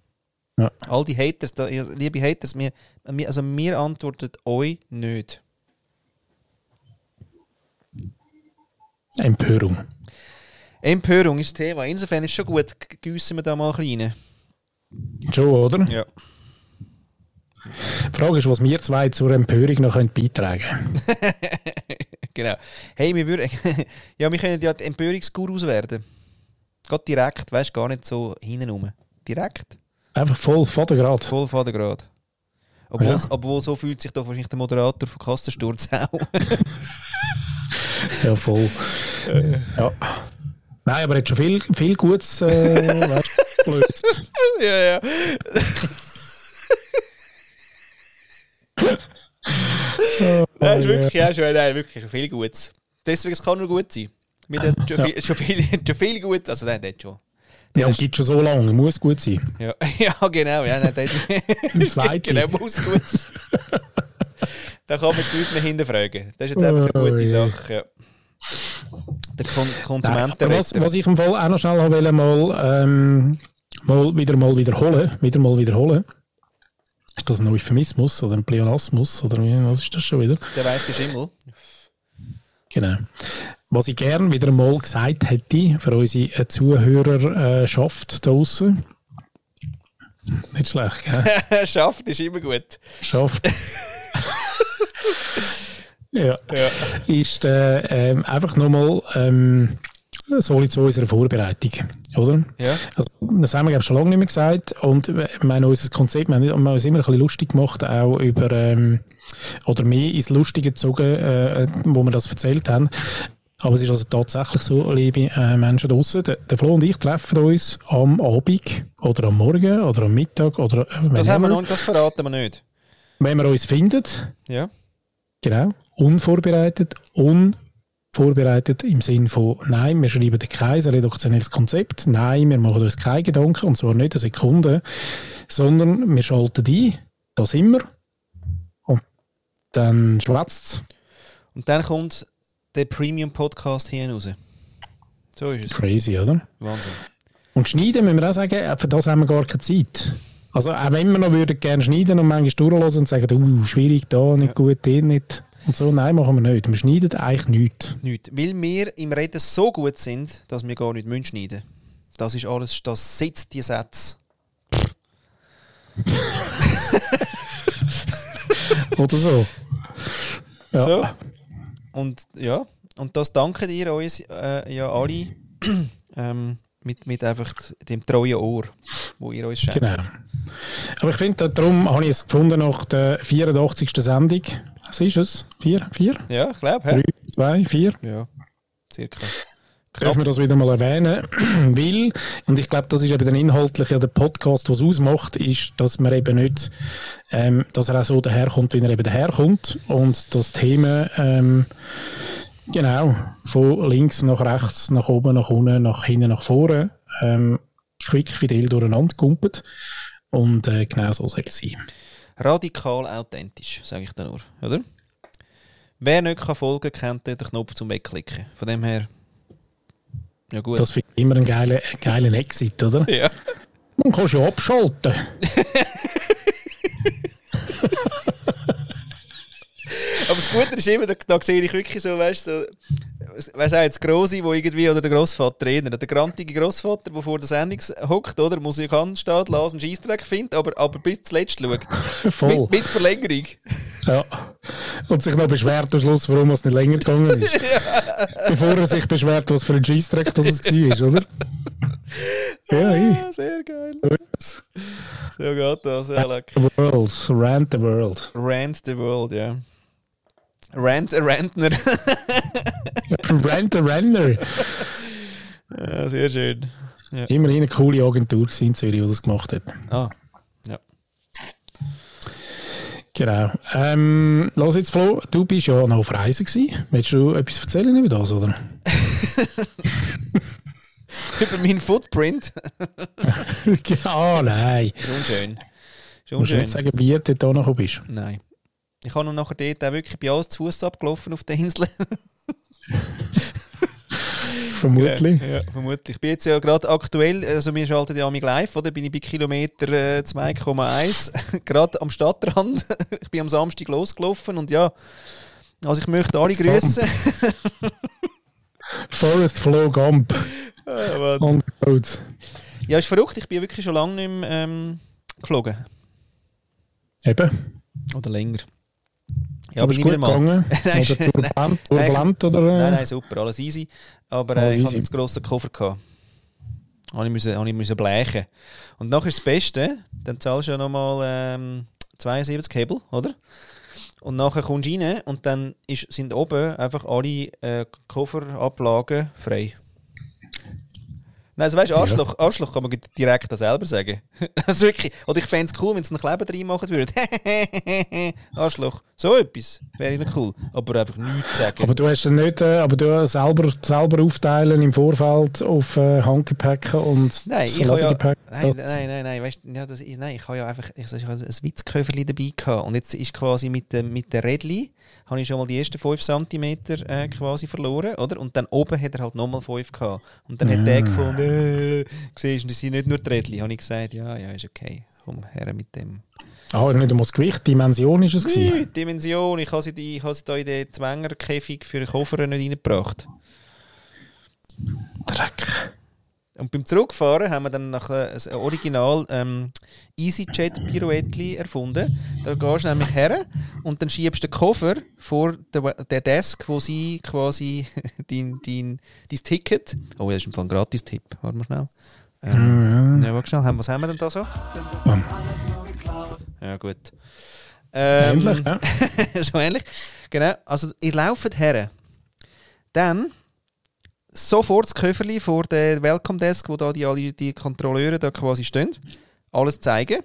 [SPEAKER 1] Ja.
[SPEAKER 2] All die Haters, da, ihr- liebe Haters, wir, wir- also wir antworten euch nicht.
[SPEAKER 1] Empörung.
[SPEAKER 2] Empörung ist das Thema. Insofern ist schon gut, gießen wir da mal ein bisschen rein.
[SPEAKER 1] Schon, oder?
[SPEAKER 2] Ja.
[SPEAKER 1] Die Frage ist, was wir zwei zur Empörung noch können beitragen können.
[SPEAKER 2] <laughs> Genau. Hey, wir würden. <laughs> ja, wir können ja die Empörungsgurus werden. Geht direkt, weißt du, gar nicht so hinten rum. Direkt.
[SPEAKER 1] Einfach voll Vatergrad.
[SPEAKER 2] Voll Vatergrad. Obwohl,
[SPEAKER 1] Ja.
[SPEAKER 2] obwohl so fühlt sich doch wahrscheinlich der Moderator von Kastensturz <laughs> auch.
[SPEAKER 1] Ja, voll.
[SPEAKER 2] Äh.
[SPEAKER 1] ja. Nein, aber er hat schon viel, viel Gutes äh, <laughs> weißt, gelöst.
[SPEAKER 2] ja, Oh, ja. <laughs> Nein, ist wirklich, ja, schon, nein, wirklich schon viel Gutes. Deswegen es kann nur gut sein. Mit schon, viel, schon, viel, <laughs> schon viel gut. Also nein, das schon.
[SPEAKER 1] Ja, und gibt schon so lange, muss gut sein.
[SPEAKER 2] Ja, <laughs> ja genau. Ja, nein,
[SPEAKER 1] Ein
[SPEAKER 2] das
[SPEAKER 1] zweiter.
[SPEAKER 2] <laughs> genau, muss gut sein. da kann man es nicht mehr hinterfragen. Das ist jetzt einfach eine
[SPEAKER 1] Oh,
[SPEAKER 2] gute
[SPEAKER 1] je.
[SPEAKER 2] Sache. Ja. Der Kon
[SPEAKER 1] Nein,
[SPEAKER 2] Konsument
[SPEAKER 1] aber was, was ich im Fall auch noch schnell haben wollte, mal, ähm, mal wieder mal wiederholen, wieder mal wiederholen. Ist das ein Euphemismus oder ein Pleonasmus oder wie- was ist das schon wieder?
[SPEAKER 2] der weiss den Schimmel. <laughs>
[SPEAKER 1] Genau. Was ich gern wieder mal gesagt hätte für unsere äh, Zuhörerschaft da draußen. Nicht schlecht,
[SPEAKER 2] <laughs>
[SPEAKER 1] gell?
[SPEAKER 2] Schafft ist immer gut.
[SPEAKER 1] Schafft. ja.
[SPEAKER 2] Ja.
[SPEAKER 1] Ist äh, ähm, einfach nochmal ähm, so zu unserer Vorbereitung, oder?
[SPEAKER 2] Ja.
[SPEAKER 1] Also, das haben wir glaube ich, schon lange nicht mehr gesagt. Und äh, ich meine, unser Konzept, wir haben wir haben uns immer ein bisschen lustig gemacht, auch über, ähm, oder mehr ins Lustige gezogen, äh, wo wir das erzählt haben. Aber es ist also tatsächlich so, liebe äh, Menschen draußen. Der, der Flo und ich treffen uns am Abend oder am Morgen oder am Mittag oder äh,
[SPEAKER 2] Das,
[SPEAKER 1] whenever,
[SPEAKER 2] haben wir noch, das verraten wir nicht.
[SPEAKER 1] wenn wir uns finden.
[SPEAKER 2] Ja.
[SPEAKER 1] Genau. Unvorbereitet. Unvorbereitet im Sinn von, nein, wir schreiben dir kein reduktionelles Konzept. Nein, wir machen uns keine Gedanken. Und zwar nicht eine Sekunde, sondern wir schalten ein. Da sind wir. Und dann schwätzt es.
[SPEAKER 2] Und dann kommt der Premium-Podcast hier raus. So ist es.
[SPEAKER 1] Crazy, oder?
[SPEAKER 2] Wahnsinn.
[SPEAKER 1] Und schneiden müssen wir auch sagen, äh, für das haben wir gar keine Zeit. Also auch wenn wir noch würden gerne schneiden und manchmal durchlassen und sagen, uh, schwierig, da nicht gut, den nicht. Und so, nein, machen wir nicht. Wir schneiden eigentlich nichts.
[SPEAKER 2] Nicht. Weil wir im Reden so gut sind, dass wir gar nicht müssen schneiden Das ist alles, das sitzt die Sätze.
[SPEAKER 1] Oder so. Ja.
[SPEAKER 2] So. Und ja, und das danken ihr uns äh, ja alle <clears throat> ähm, mit, mit einfach dem treuen Ohr, wo ihr uns schenkt.
[SPEAKER 1] Genau. Aber ich finde, darum habe ich es gefunden nach der 84. Sendung. Was ist es? Vier? Vier?
[SPEAKER 2] Ja, ich glaube,
[SPEAKER 1] Drei,
[SPEAKER 2] hä?
[SPEAKER 1] zwei, vier?
[SPEAKER 2] Ja, circa.
[SPEAKER 1] Darf man das wieder mal erwähnen, <clears throat> weil, und ich glaube, das ist eben dann inhaltlich ja der Podcast, was ausmacht, ist, dass man eben nicht, ähm, dass er auch so daherkommt, wie er eben daherkommt und das Thema, ähm, genau, von links nach rechts, nach oben, nach unten, nach hinten, nach vorne, ähm, quick fidel durcheinander kumpelt und äh, genau so soll es sein.
[SPEAKER 2] Radikal authentisch, sage ich da nur, oder? Wer nicht kann folgen kann, kennt den Knopf zum Wegklicken. Von dem her. Ja, gut.
[SPEAKER 1] Das finde ich immer einen geilen, geilen Exit, oder?
[SPEAKER 2] ja.
[SPEAKER 1] Man kann ja
[SPEAKER 2] <laughs>
[SPEAKER 1] abschalten.
[SPEAKER 2] Aber das Gute ist immer, da, da sehe ich wirklich so, weißt du, so, weißt du, auch jetzt Grosi, wo irgendwie, oder der Grossvater erinnert, der grantige Grossvater, der vor der Sendung hockt, oder, Musikant steht, lässt einen Scheissdreck findet, aber, aber bis zuletzt schaut.
[SPEAKER 1] Voll.
[SPEAKER 2] Mit, mit Verlängerung.
[SPEAKER 1] Ja. Und sich noch beschwert am Schluss, warum es nicht länger gegangen
[SPEAKER 2] <laughs>
[SPEAKER 1] ist. Bevor er sich beschwert, was für ein G-Streck das es war, oder?
[SPEAKER 2] <laughs>
[SPEAKER 1] Ja, ich.
[SPEAKER 2] Ah, sehr geil. So geht das, Alec.
[SPEAKER 1] The world, rant the world. <laughs>
[SPEAKER 2] Rant the world, ja. Rant a Rantner. <laughs>
[SPEAKER 1] Rant the Renner.
[SPEAKER 2] ja, sehr schön. Ja.
[SPEAKER 1] Immerhin eine coole Agentur gewesen in Zürich, die das gemacht hat.
[SPEAKER 2] Ah, ja.
[SPEAKER 1] Genau. Ähm, los jetzt, Flo, du bist ja noch auf Reisen gewesen. Willst du etwas erzählen über das, oder? <laughs>
[SPEAKER 2] Über meinen Footprint.
[SPEAKER 1] ah, nein.
[SPEAKER 2] Ist unschön. Ist
[SPEAKER 1] Du musst
[SPEAKER 2] unschön.
[SPEAKER 1] nicht sagen, wie du da noch bist.
[SPEAKER 2] Nein. Ich habe noch nachher dort auch wirklich bei alles zu Fuß abgelaufen auf der Insel.
[SPEAKER 1] Vermutlich.
[SPEAKER 2] ja, vermutlich. Ich bin jetzt ja gerade aktuell, also wir schalten ja mich live, oder? Bin ich bei Kilometer äh, 2,1, <laughs> gerade am Stadtrand. <laughs> ich bin am Samstag losgelaufen und ja, also ich möchte alle grüßen.
[SPEAKER 1] <laughs> Forest Flo Gump. On the road.
[SPEAKER 2] ja, ist verrückt, ich bin wirklich schon lange nicht mehr ähm, geflogen.
[SPEAKER 1] Eben.
[SPEAKER 2] Oder länger.
[SPEAKER 1] aber
[SPEAKER 2] Ja, aber
[SPEAKER 1] ist
[SPEAKER 2] nicht
[SPEAKER 1] gut
[SPEAKER 2] mehr mal.
[SPEAKER 1] gegangen.
[SPEAKER 2] Nein,
[SPEAKER 1] oder
[SPEAKER 2] nein.
[SPEAKER 1] turbulent, turbulent oder. Äh,
[SPEAKER 2] Nein, nein, super, alles easy. Aber äh,
[SPEAKER 1] Alles
[SPEAKER 2] ich
[SPEAKER 1] easy.
[SPEAKER 2] hatte einen grossen Koffer. Gehabt. Habe ich, müssen, habe ich müssen blechen. Und nachher ist das Beste, dann zahlst du ja nochmal ähm, 72 Hebel, oder? Und nachher kommst du rein und dann ist, sind oben einfach alle äh, Kofferablagen frei. Nein, also weißt du, Arschloch, Arschloch kann man direkt das selber <laughs> sagen. Also wirklich. Oder ich fände es cool, wenn sie einen Kleber reinmachen <laughs> würden. Arschloch. So etwas wäre noch cool. Aber einfach nichts sagen.
[SPEAKER 1] Aber du hast dann nicht, äh, aber du selber, selber aufteilen im Vorfeld auf äh, Handgepäck und
[SPEAKER 2] Nein, ich habe ja, nein,
[SPEAKER 1] Ladegepäck.
[SPEAKER 2] nein,
[SPEAKER 1] Das-
[SPEAKER 2] nein, nein, weißt, ja, das, ist- nein, ich habe ja einfach, ich, ich habe ein Witzköferli dabei gehabt und jetzt ist quasi mit dem mit der Redli habe ich schon mal die ersten 5 cm äh, quasi verloren, oder? Und dann oben hat er halt nochmal 5 gehabt. Und dann hat der gefunden, äh, siehst du, das sind nicht nur die Redli. Habe ich gesagt, ja, ja, ist okay, komm her mit dem.
[SPEAKER 1] Ah, nicht einmal das Gewicht, die Dimension ist es gewesen.
[SPEAKER 2] Die Dimension, ich habe sie, die, ich habe sie da in den Zwängerkäfig für den Koffer nicht reingebracht.
[SPEAKER 1] Dreck.
[SPEAKER 2] Und beim Zurückfahren haben wir dann nach äh, ein Original ähm, EasyJet Pirouettli erfunden. Da gehst du nämlich her und dann schiebst du den Koffer vor der, We- der Desk, wo sie quasi <laughs> dein, dein, dein Ticket. Oh, das ist im Fall ein Gratis-Tipp. Warte mal schnell.
[SPEAKER 1] Mhm.
[SPEAKER 2] Ähm, ja, warte schnell. Haben- Was haben wir denn da so? Ja, gut. Ähm,
[SPEAKER 1] Ähnlich, ja?
[SPEAKER 2] <laughs> so ähnlich. Genau. Also, ihr lauft her. Dann sofort das Köfferli vor der Welcome Desk, wo da die, alle die Kontrolleure da quasi stehen. Alles zeigen.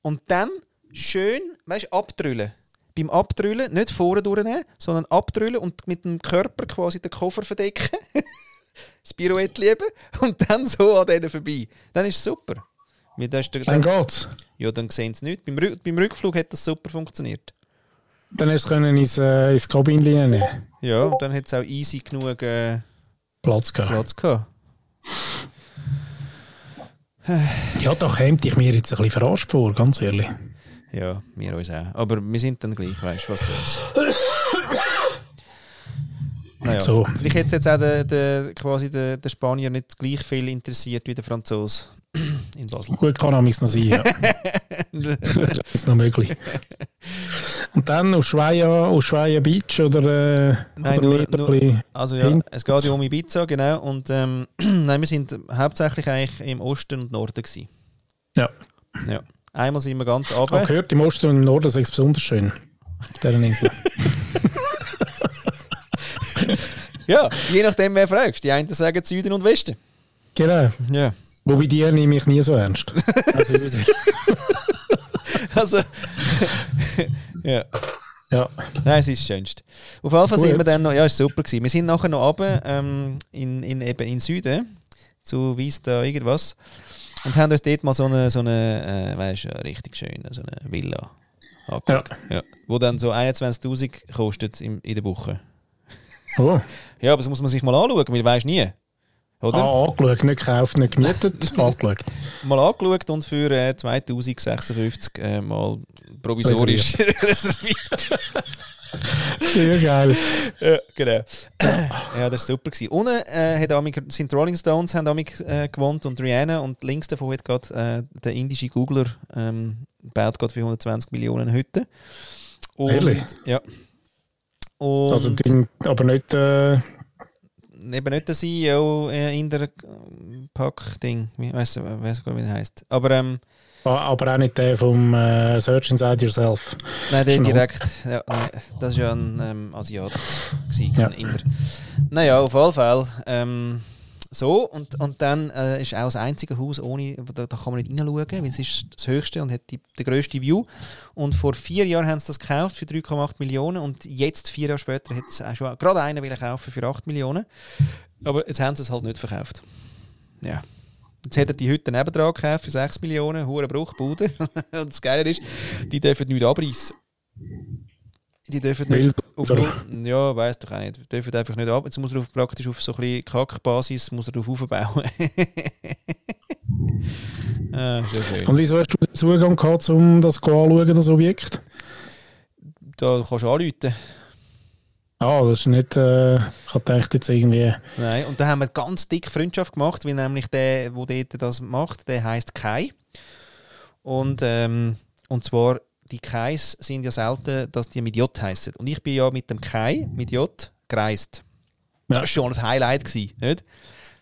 [SPEAKER 2] Und dann schön, weißt du, abdrüllen. Beim Abdrüllen nicht vorne durchnehmen, sondern abdrüllen und mit dem Körper quasi den Koffer verdecken. <laughs> das Pirouette lieben und dann so an denen vorbei. Dann ist es super. Weil dann ist der,
[SPEAKER 1] Dann geht's.
[SPEAKER 2] ja, dann sehen sie nichts. Beim, Rü beim Rückflug hat das super funktioniert.
[SPEAKER 1] Dann hast du können ins, äh, ins Kabinchen nehmen.
[SPEAKER 2] Ja, und dann hat es auch easy genug äh,
[SPEAKER 1] Platz gehabt.
[SPEAKER 2] Platz gehabt.
[SPEAKER 1] Ja, da käme ich mir jetzt ein bisschen verarscht vor, ganz ehrlich.
[SPEAKER 2] Ja, wir uns auch. Aber wir sind dann gleich, weißt du, was soll's. Naja.
[SPEAKER 1] So.
[SPEAKER 2] Vielleicht hätte es jetzt auch der, der, quasi der, der Spanier nicht gleich viel interessiert wie der Franzose in Basel.
[SPEAKER 1] Gut kann amigs noch sein,
[SPEAKER 2] <laughs>
[SPEAKER 1] ja. Das ist noch möglich. Und dann Ushuaia, Ushuaia Beach oder, äh,
[SPEAKER 2] Nein,
[SPEAKER 1] oder
[SPEAKER 2] nur-
[SPEAKER 1] Leberli.
[SPEAKER 2] Also ja,
[SPEAKER 1] Hin-
[SPEAKER 2] es geht ja um Ibiza, genau. Und ähm, <clears throat> nein, wir sind hauptsächlich eigentlich im Osten und Norden gewesen.
[SPEAKER 1] Ja.
[SPEAKER 2] ja. Einmal sind wir ganz
[SPEAKER 1] Ich habe
[SPEAKER 2] runter.
[SPEAKER 1] gehört, im Osten und im Norden ist es besonders schön. Auf dieser Insel.
[SPEAKER 2] <laughs> Ja, je nachdem, wer fragst. Die einen sagen Süden und Westen.
[SPEAKER 1] genau.
[SPEAKER 2] Ja.
[SPEAKER 1] Wobei die nehme ich nie so ernst. Also,
[SPEAKER 2] Also, <laughs> ja.
[SPEAKER 1] ja.
[SPEAKER 2] Nein, es ist das Schönste. Auf jeden Fall
[SPEAKER 1] Gut.
[SPEAKER 2] sind wir dann noch, ja, ist super gewesen. Wir sind nachher noch runter ähm, in, in, eben in den Süden, zu Vista irgendwas. Und haben uns dort mal so eine, so eine äh, weißt du, richtig schöne, so eine Villa angeguckt. Ja. Wo dann so 21'000 kostet in, in der Woche.
[SPEAKER 1] Oh,
[SPEAKER 2] Ja, aber das muss man sich mal anschauen, weil weisst nie. Oder?
[SPEAKER 1] ah, angeschaut, nicht gekauft, nicht
[SPEAKER 2] <laughs>
[SPEAKER 1] gemietet, angeschaut.
[SPEAKER 2] Mal angeschaut und für äh, 2056 äh, mal provisorisch <laughs> reserviert.
[SPEAKER 1] Sehr geil.
[SPEAKER 2] Ja, genau. Ja, das war super. Gewesen. Unten äh, hat amig, sind die Rolling Stones haben amig, äh, gewohnt und Rihanna und links davon hat gerade äh, der indische Googler ähm, baut gerade für 120 Millionen Hütten. Und,
[SPEAKER 1] Ehrlich?
[SPEAKER 2] Ja. Und
[SPEAKER 1] Also, den, aber nicht, äh,
[SPEAKER 2] eben nicht der CEO äh, in der ähm, Pack-Ding, ich weiß gar nicht, wie der heißt. Aber ähm,
[SPEAKER 1] ah, aber auch nicht der vom äh, Search Inside Yourself.
[SPEAKER 2] Nein, der
[SPEAKER 1] Genau.
[SPEAKER 2] direkt. Ja, nein, das war ja ein ähm, Asiat, gewesen, kein
[SPEAKER 1] Ja.
[SPEAKER 2] Inder. Naja, auf alle Fälle. Ähm, so, und, und dann äh, ist auch das einzige Haus ohne, da, da kann man nicht hineinschauen, weil es ist das höchste und hat die, die grösste View. Und vor vier Jahren haben sie das gekauft für 3,8 Millionen und jetzt, vier Jahre später, hat es auch schon gerade einen wollen kaufen für 8 Millionen. Aber jetzt haben sie es halt nicht verkauft. Ja. Jetzt hätten die heute nebendran gekauft für 6 Millionen, hure Bruchbude. <laughs> und das Geile ist, die dürfen nichts abreißen. Die dürfen nicht
[SPEAKER 1] Wild.
[SPEAKER 2] auf
[SPEAKER 1] Oder-
[SPEAKER 2] null- ja, weiß doch auch nicht. Wir dürfen einfach nicht ab. Jetzt muss er auf, praktisch auf so ein bisschen Kackbasis muss er drauf aufbauen. <laughs> ah, sehr schön.
[SPEAKER 1] Und wieso hast du den Zugang gehabt, um das zu anschauen, das Objekt?
[SPEAKER 2] Da kannst du anrufen.
[SPEAKER 1] Ah, das ist nicht, äh, ich hab gedacht, jetzt irgendwie.
[SPEAKER 2] Nein, und da haben wir ganz dicke Freundschaft gemacht, weil nämlich der, der dort das macht, der heißt Kai. Und, ähm, und zwar, die Kais sind ja selten, dass die mit J heißen. Und ich bin ja mit dem Kai, mit J, gereist.
[SPEAKER 1] Ja.
[SPEAKER 2] Das war schon ein Highlight, gewesen, nicht?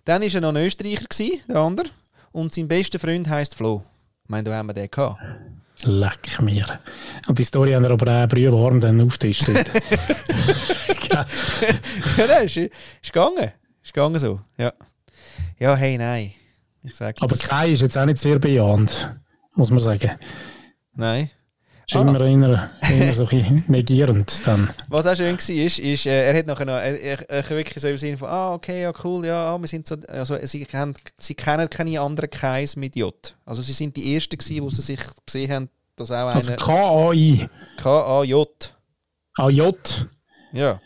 [SPEAKER 2] Dann war er noch ein Österreicher, gewesen, der andere. Und sein bester Freund heißt Flo. Ich meine, da haben wir den gehabt.
[SPEAKER 1] <laughs> Leck mir. Und die Story haben wir aber auch brühwarm dann aufgetischt.
[SPEAKER 2] <laughs> ja, nein, ist, ist gegangen. Ist gegangen so, ja. Ja, hey, nein. Ich sag
[SPEAKER 1] aber
[SPEAKER 2] das.
[SPEAKER 1] Kai ist jetzt auch nicht sehr bejahend, muss man sagen.
[SPEAKER 2] Nein.
[SPEAKER 1] Ist
[SPEAKER 2] Ah.
[SPEAKER 1] immer, immer, immer so ein
[SPEAKER 2] <laughs>
[SPEAKER 1] bisschen negierend dann.
[SPEAKER 2] Was auch schön war, ist, ist äh, er hat nachher noch, er, er, er kann wirklich so im Sinne von, ah, okay, ja, cool, ja, ah, wir sind so, also sie, haben, sie kennen keine anderen Kais mit J. Also sie sind die Ersten gewesen, wo sie sich gesehen haben, dass auch
[SPEAKER 1] Also
[SPEAKER 2] einer
[SPEAKER 1] K-A-I.
[SPEAKER 2] K-A-J,
[SPEAKER 1] A-J.
[SPEAKER 2] ja.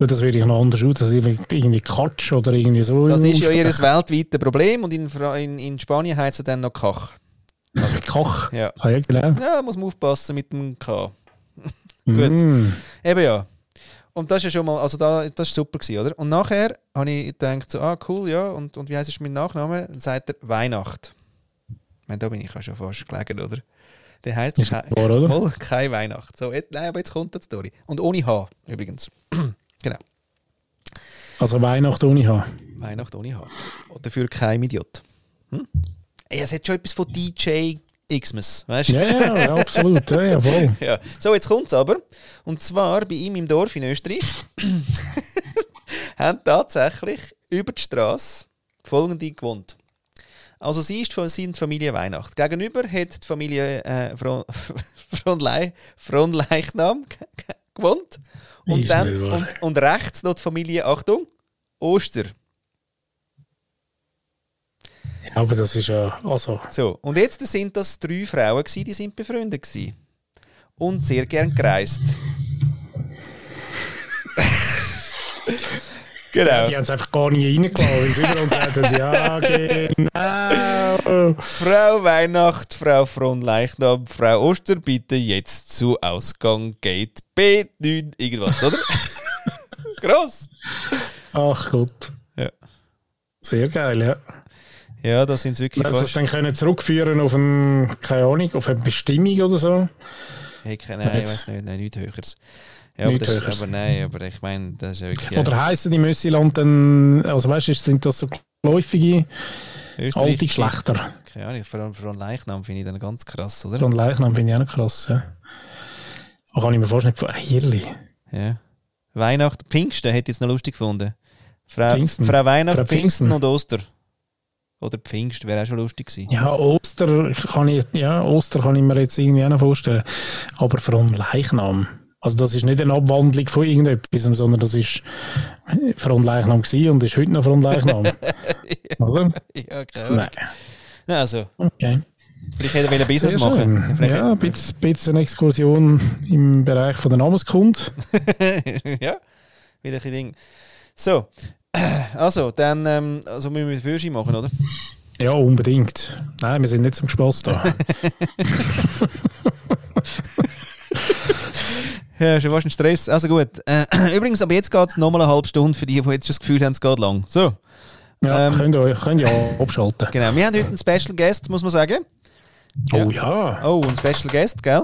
[SPEAKER 1] Weil Das würde ich noch anders aus, dass ich irgendwie Katsch oder irgendwie so.
[SPEAKER 2] Das ist ja ihr weltweites Problem und in, Fra- in, in Spanien heißt sie dann noch Kach.
[SPEAKER 1] Also Kach.
[SPEAKER 2] Ja.
[SPEAKER 1] Ah, ja, genau.
[SPEAKER 2] Ja, muss man aufpassen mit dem K.
[SPEAKER 1] Gut. Mm.
[SPEAKER 2] Eben ja. Und das ist ja schon mal, also da, das ist super gewesen, oder? Und nachher habe ich gedacht, so, ah cool, ja, und, und wie heißt es mein Nachname? Dann sagt er Weihnacht. Ich meine, da bin ich ja schon fast gelegen, oder? Der heißt
[SPEAKER 1] Ist
[SPEAKER 2] kein,
[SPEAKER 1] wahr, oder?
[SPEAKER 2] Voll, kein Weihnacht. So, jetzt, nein, aber jetzt kommt die Story. Und ohne H übrigens. <clears throat> genau.
[SPEAKER 1] Also Weihnachten ohne H.
[SPEAKER 2] Weihnacht ohne H. Und dafür kein Idiot. Hm? Ey, es hat schon etwas von DJ Xmas, weißt du?
[SPEAKER 1] Ja, ja, ja, absolut. Ja,
[SPEAKER 2] <laughs>
[SPEAKER 1] jawohl.
[SPEAKER 2] Ja. So, jetzt kommt es aber. Und zwar bei ihm im Dorf in Österreich <coughs> haben tatsächlich über die Straße folgende gewohnt. Also sie ist von sind Familie Weihnacht. Gegenüber hat die Familie äh, <laughs> Fron- Fronlei- Fronleichnam g- g- gewohnt. Und,
[SPEAKER 1] Ist
[SPEAKER 2] dann,
[SPEAKER 1] nicht wahr.
[SPEAKER 2] und, und rechts noch die Familie, Achtung, Oster.
[SPEAKER 1] Ja, aber das ist ja. Also,
[SPEAKER 2] So, und jetzt sind das drei Frauen, gewesen, die sind befreundet gewesen. Und sehr gern gereist. <laughs> genau.
[SPEAKER 1] die haben es einfach gar nie reingelassen, weil sie überall sagen, ja, genau.
[SPEAKER 2] Frau Weihnacht, Frau Fronleichnam, Frau Oster, bitte jetzt zu Ausgang Gate B9, irgendwas, oder? <laughs> Gross!
[SPEAKER 1] Ach Gott.
[SPEAKER 2] Ja.
[SPEAKER 1] Sehr geil, ja.
[SPEAKER 2] Ja, da sind sie wirklich
[SPEAKER 1] Dass sie es
[SPEAKER 2] fast...
[SPEAKER 1] dann können zurückführen auf ein, keine Ahnung, auf eine Bestimmung oder so.
[SPEAKER 2] Hey, keine, nein, ich weiß nicht, nein, nichts Höheres. Ja, aber,
[SPEAKER 1] Nichts
[SPEAKER 2] das,
[SPEAKER 1] Höheres.
[SPEAKER 2] aber nein, aber ich meine, das ist ja wirklich...
[SPEAKER 1] Oder heissen die Müssiland dann, also weißt du, sind das so geläufige alte
[SPEAKER 2] Österreich-
[SPEAKER 1] Geschlechter?
[SPEAKER 2] Keine Ahnung, vor allem für einen Leichnam finde ich dann ganz krass, oder?
[SPEAKER 1] Und Leichnam finde ich auch noch krass, ja. Aber kann ich mir vorstellen, von Hirli.
[SPEAKER 2] Ja. Weihnachten, Pfingsten hätte ich jetzt noch lustig gefunden. Frau,
[SPEAKER 1] Pfingsten.
[SPEAKER 2] Frau Weihnacht,
[SPEAKER 1] Frau
[SPEAKER 2] Pfingsten.
[SPEAKER 1] Pfingsten.
[SPEAKER 2] und Oster. Oder Pfingst wäre auch schon lustig gewesen.
[SPEAKER 1] Ja, Oster kann ich, ja, Oster kann ich mir jetzt irgendwie auch noch vorstellen. Aber vor allem Leichnam. Also das ist nicht eine Abwandlung von irgendetwas, sondern das ist äh, vor allem Leichnam gewesen und ist heute noch vor allem
[SPEAKER 2] <laughs>
[SPEAKER 1] Leichnam. Oder?
[SPEAKER 2] Ja, keine Ahnung.
[SPEAKER 1] Nein.
[SPEAKER 2] Nein, also,
[SPEAKER 1] Okay.
[SPEAKER 2] vielleicht hätte er ein Business
[SPEAKER 1] Sehr schön.
[SPEAKER 2] machen Vielleicht
[SPEAKER 1] Ja, ein bisschen, bisschen eine Exkursion im Bereich von der Namenskunde.
[SPEAKER 2] <laughs> ja, wieder ein bisschen Ding. So, <clears throat> also, dann ähm, also müssen wir Führerschein machen, oder?
[SPEAKER 1] Ja, unbedingt. Nein, wir sind nicht zum Spaß
[SPEAKER 2] <laughs>
[SPEAKER 1] da.
[SPEAKER 2] Ja, schon fast ein Stress. Also gut. Äh, <clears throat> übrigens, ab jetzt geht es nochmal eine halbe Stunde für die, die jetzt schon das Gefühl haben, es geht lang. So,
[SPEAKER 1] Ja,
[SPEAKER 2] Ähm.
[SPEAKER 1] könnt, ihr, könnt ihr abschalten.
[SPEAKER 2] genau. Wir haben heute einen Special Guest, muss man sagen. Ja.
[SPEAKER 1] Oh ja.
[SPEAKER 2] Oh, ein Special Guest, gell?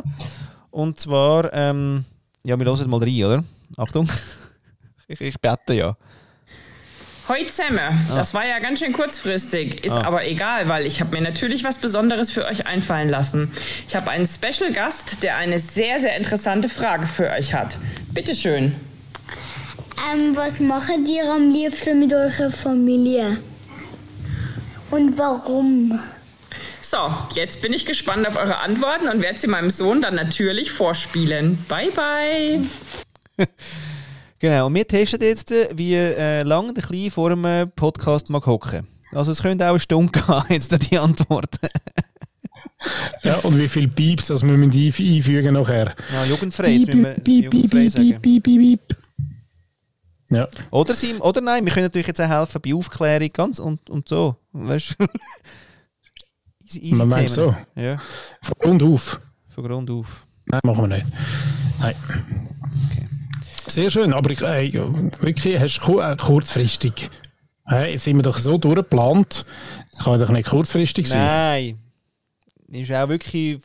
[SPEAKER 2] Und zwar, ähm, ja, wir hören jetzt mal rein, oder? Achtung. <laughs> Ich, ich bete ja.
[SPEAKER 3] Hoi zusammen. Das war ja ganz schön kurzfristig, ist
[SPEAKER 2] Ah.
[SPEAKER 3] aber egal, weil ich habe mir natürlich was Besonderes für euch einfallen lassen. Ich habe einen Special Gast, der eine sehr sehr interessante Frage für euch hat. Bitte schön.
[SPEAKER 4] Ähm, was macht ihr am liebsten mit eurer Familie? Und warum?
[SPEAKER 3] So, jetzt bin ich gespannt auf eure Antworten und werde sie meinem Sohn dann natürlich vorspielen. Bye bye.
[SPEAKER 2] Genau, und wir testen jetzt, äh, wie äh, lange der Kleine vor dem äh, Podcast mag hocken. Also es könnte auch eine Stunde <laughs> gehen, jetzt die Antworten.
[SPEAKER 1] ja. Und wie viele Pieps das müssen wir einf- einfügen nachher?
[SPEAKER 2] Ja, jugendfrei, jetzt müssen wir jugendfrei sagen.
[SPEAKER 1] Ja,
[SPEAKER 2] Oder, sie, oder nein, wir können natürlich jetzt auch helfen bei Aufklärung ganz und, und so. Weißt du? <laughs> easy, easy
[SPEAKER 1] Man meint
[SPEAKER 2] Themen. Ja,
[SPEAKER 1] von Grund auf.
[SPEAKER 2] von Grund auf.
[SPEAKER 1] Nein, machen wir nicht. Nein. Sehr schön, aber ich, ey, wirklich, hast du ku- äh, kurzfristig. Hey, jetzt sind wir doch so durchgeplant. Kann doch nicht kurzfristig sein.
[SPEAKER 2] Nein. Ist auch wirklich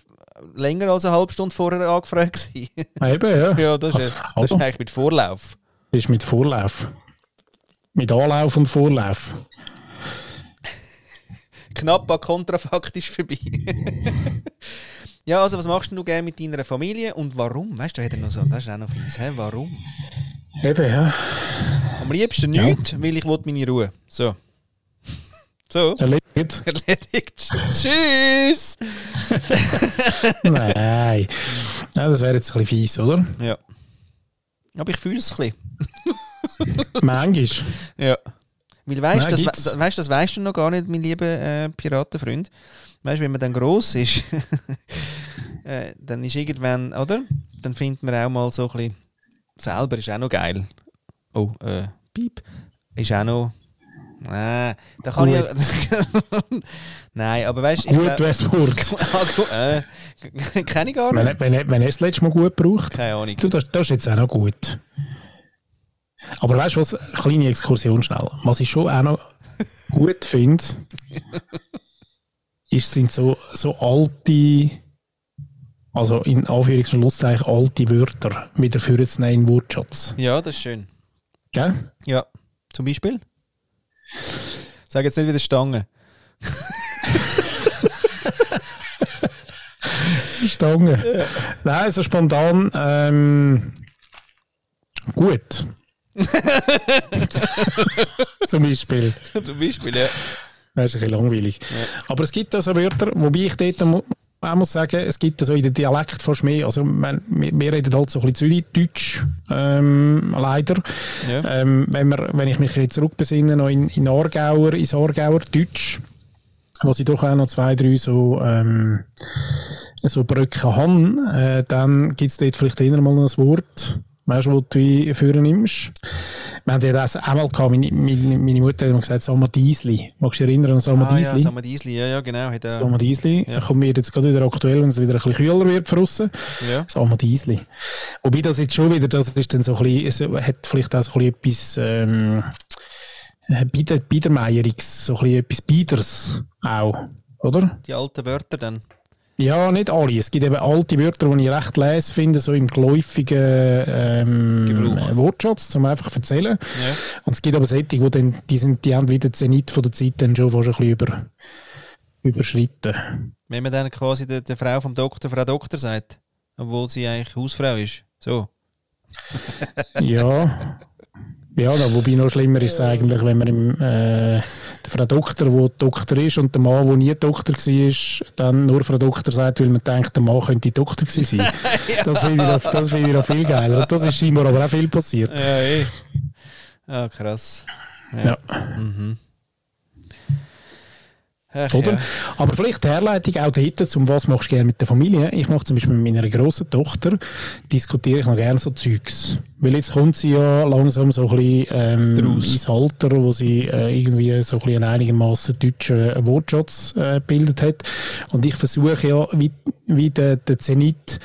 [SPEAKER 2] länger als eine halbe Stunde vorher angefragt. gewesen. <laughs>
[SPEAKER 1] Eben, ja.
[SPEAKER 2] ja, das ist,
[SPEAKER 1] also,
[SPEAKER 2] das ist
[SPEAKER 1] also,
[SPEAKER 2] eigentlich mit Vorlauf.
[SPEAKER 1] das ist mit Vorlauf. Mit Anlauf und Vorlauf.
[SPEAKER 2] Knapp an kontrafaktisch vorbei. <laughs> ja, also was machst denn du gerne mit deiner Familie und warum? Weißt du, da hat er noch so, das ist auch noch fies. Hä? Warum?
[SPEAKER 1] Eben, ja.
[SPEAKER 2] Am liebsten nichts, weil ich will meine Ruhe. So. So.
[SPEAKER 1] Erledigt.
[SPEAKER 2] <laughs> Erledigt. Tschüss.
[SPEAKER 1] Nein.
[SPEAKER 2] <laughs>
[SPEAKER 1] Nein, das wäre jetzt ein bisschen fies, oder?
[SPEAKER 2] Ja. Aber ich fühle es ein bisschen.
[SPEAKER 1] Manchmal.
[SPEAKER 2] Ja. Weil weißt,
[SPEAKER 1] Nein,
[SPEAKER 2] das,
[SPEAKER 1] gibt's.
[SPEAKER 2] we- weißt, das weißt du noch gar nicht, mein lieber äh, Piratenfreund. Weißt, wenn man dann gross ist, <laughs> äh, dann ist irgendwann, oder? Dann findet man auch mal so ein bisschen, selber ist auch noch geil. Oh, äh, piep. Ist auch noch. Nein, da kann ich. <laughs> Nein, aber weißt du,
[SPEAKER 1] Gut
[SPEAKER 2] <laughs>
[SPEAKER 1] wäre es gut.
[SPEAKER 2] äh, <laughs> kenne ich gar
[SPEAKER 1] Wenn,
[SPEAKER 2] nicht.
[SPEAKER 1] wenn, wenn er das letzte Mal gut braucht.
[SPEAKER 2] Keine Ahnung.
[SPEAKER 1] Du, das, das ist jetzt auch noch gut. Aber weißt du was? Kleine Exkursion schnell. Was ich schon auch noch gut finde, ist, sind so, so alte, also in Anführungs- und Schlusszeichen alte Wörter wieder für jetzt einen Wortschatz.
[SPEAKER 2] Ja, das ist schön.
[SPEAKER 1] Gell?
[SPEAKER 2] Ja. Zum Beispiel? Sag jetzt nicht wieder Stange.
[SPEAKER 1] Stange. Nein, so spontan. Ähm, gut. Zum Beispiel.
[SPEAKER 2] <laughs> Zum Beispiel, ja.
[SPEAKER 1] Das ist ein bisschen langweilig. Aber es gibt da so Wörter, wobei ich dort mu- auch muss sagen, es gibt da so in den Dialekt fast mehr. Also, wir, wir reden halt so ein bisschen Zürich-Deutsch, ähm, leider.
[SPEAKER 2] Ja.
[SPEAKER 1] Ähm, wenn, wir, wenn ich mich jetzt zurückbesinne, noch in, in Aargauer, ins Aargauer Deutsch, wo sie doch auch noch zwei, drei so, ähm, so Brücken haben, äh, dann gibt es dort vielleicht eher mal noch ein Wort, weißt du, wo du wie vornimmst. wir haben ja das einmal gehabt, meine, meine, meine Mutter hat immer gesagt, Sommerdiesli. Magst du dich erinnern an
[SPEAKER 2] ah, ja,
[SPEAKER 1] Sommerdiesli?
[SPEAKER 2] sagen wir Diesel, ja, ja, genau. Hat, äh,
[SPEAKER 1] Sommerdiesli.
[SPEAKER 2] Ja.
[SPEAKER 1] Kommt mir jetzt gerade wieder aktuell, wenn es wieder ein bisschen kühler wird draussen.
[SPEAKER 2] eh, ja.
[SPEAKER 1] Sommerdiesli. Wobei das jetzt schon wieder, das ist dann so ein bisschen, es hat vielleicht auch so ein bisschen etwas ähm, äh, Bieder, Biedermeieriges, so ein bisschen etwas Bieders auch, oder?
[SPEAKER 2] Die alten Wörter dann.
[SPEAKER 1] Ja, nicht alle. Es gibt eben alte Wörter, die ich recht lese finde, so im geläufigen ähm,
[SPEAKER 2] Gebrauch.
[SPEAKER 1] Wortschatz, zum einfach zu erzählen.
[SPEAKER 2] Ja.
[SPEAKER 1] Und es gibt aber solche, die, dann, die, sind, die haben wieder den Zenit von der Zeit dann schon fast ein bisschen über, überschritten.
[SPEAKER 2] Wenn man dann quasi der, der Frau vom Doktor, Frau Doktor sagt, obwohl sie eigentlich Hausfrau ist. So.
[SPEAKER 1] Ja. Ja, na, wobei noch schlimmer ist es eigentlich, wenn man im, äh, der Frau Doktor, wo Doktor ist und der Mann, der nie Doktor war, dann nur Frau Doktor sagt, weil man denkt, der Mann könnte Doktor gewesen sein. Das finde ich, noch- das finde ich noch viel geiler. Und das ist scheinbar aber auch viel passiert.
[SPEAKER 2] Ja, ey. <laughs> Ah, krass.
[SPEAKER 1] Ja.
[SPEAKER 2] Ach,
[SPEAKER 1] Oder?
[SPEAKER 2] Ja.
[SPEAKER 1] Aber vielleicht die Herleitung auch dort, zum was machst du gerne mit der Familie. Ich mache zum Beispiel mit meiner grossen Tochter, diskutiere ich noch gerne so Zeugs. Weil jetzt kommt sie ja langsam so ein bisschen ähm, ins Alter, wo sie äh, irgendwie so ein bisschen einen einigermaßen deutschen Wortschatz äh, gebildet hat. Und ich versuche ja, wie, wie den, den Zenit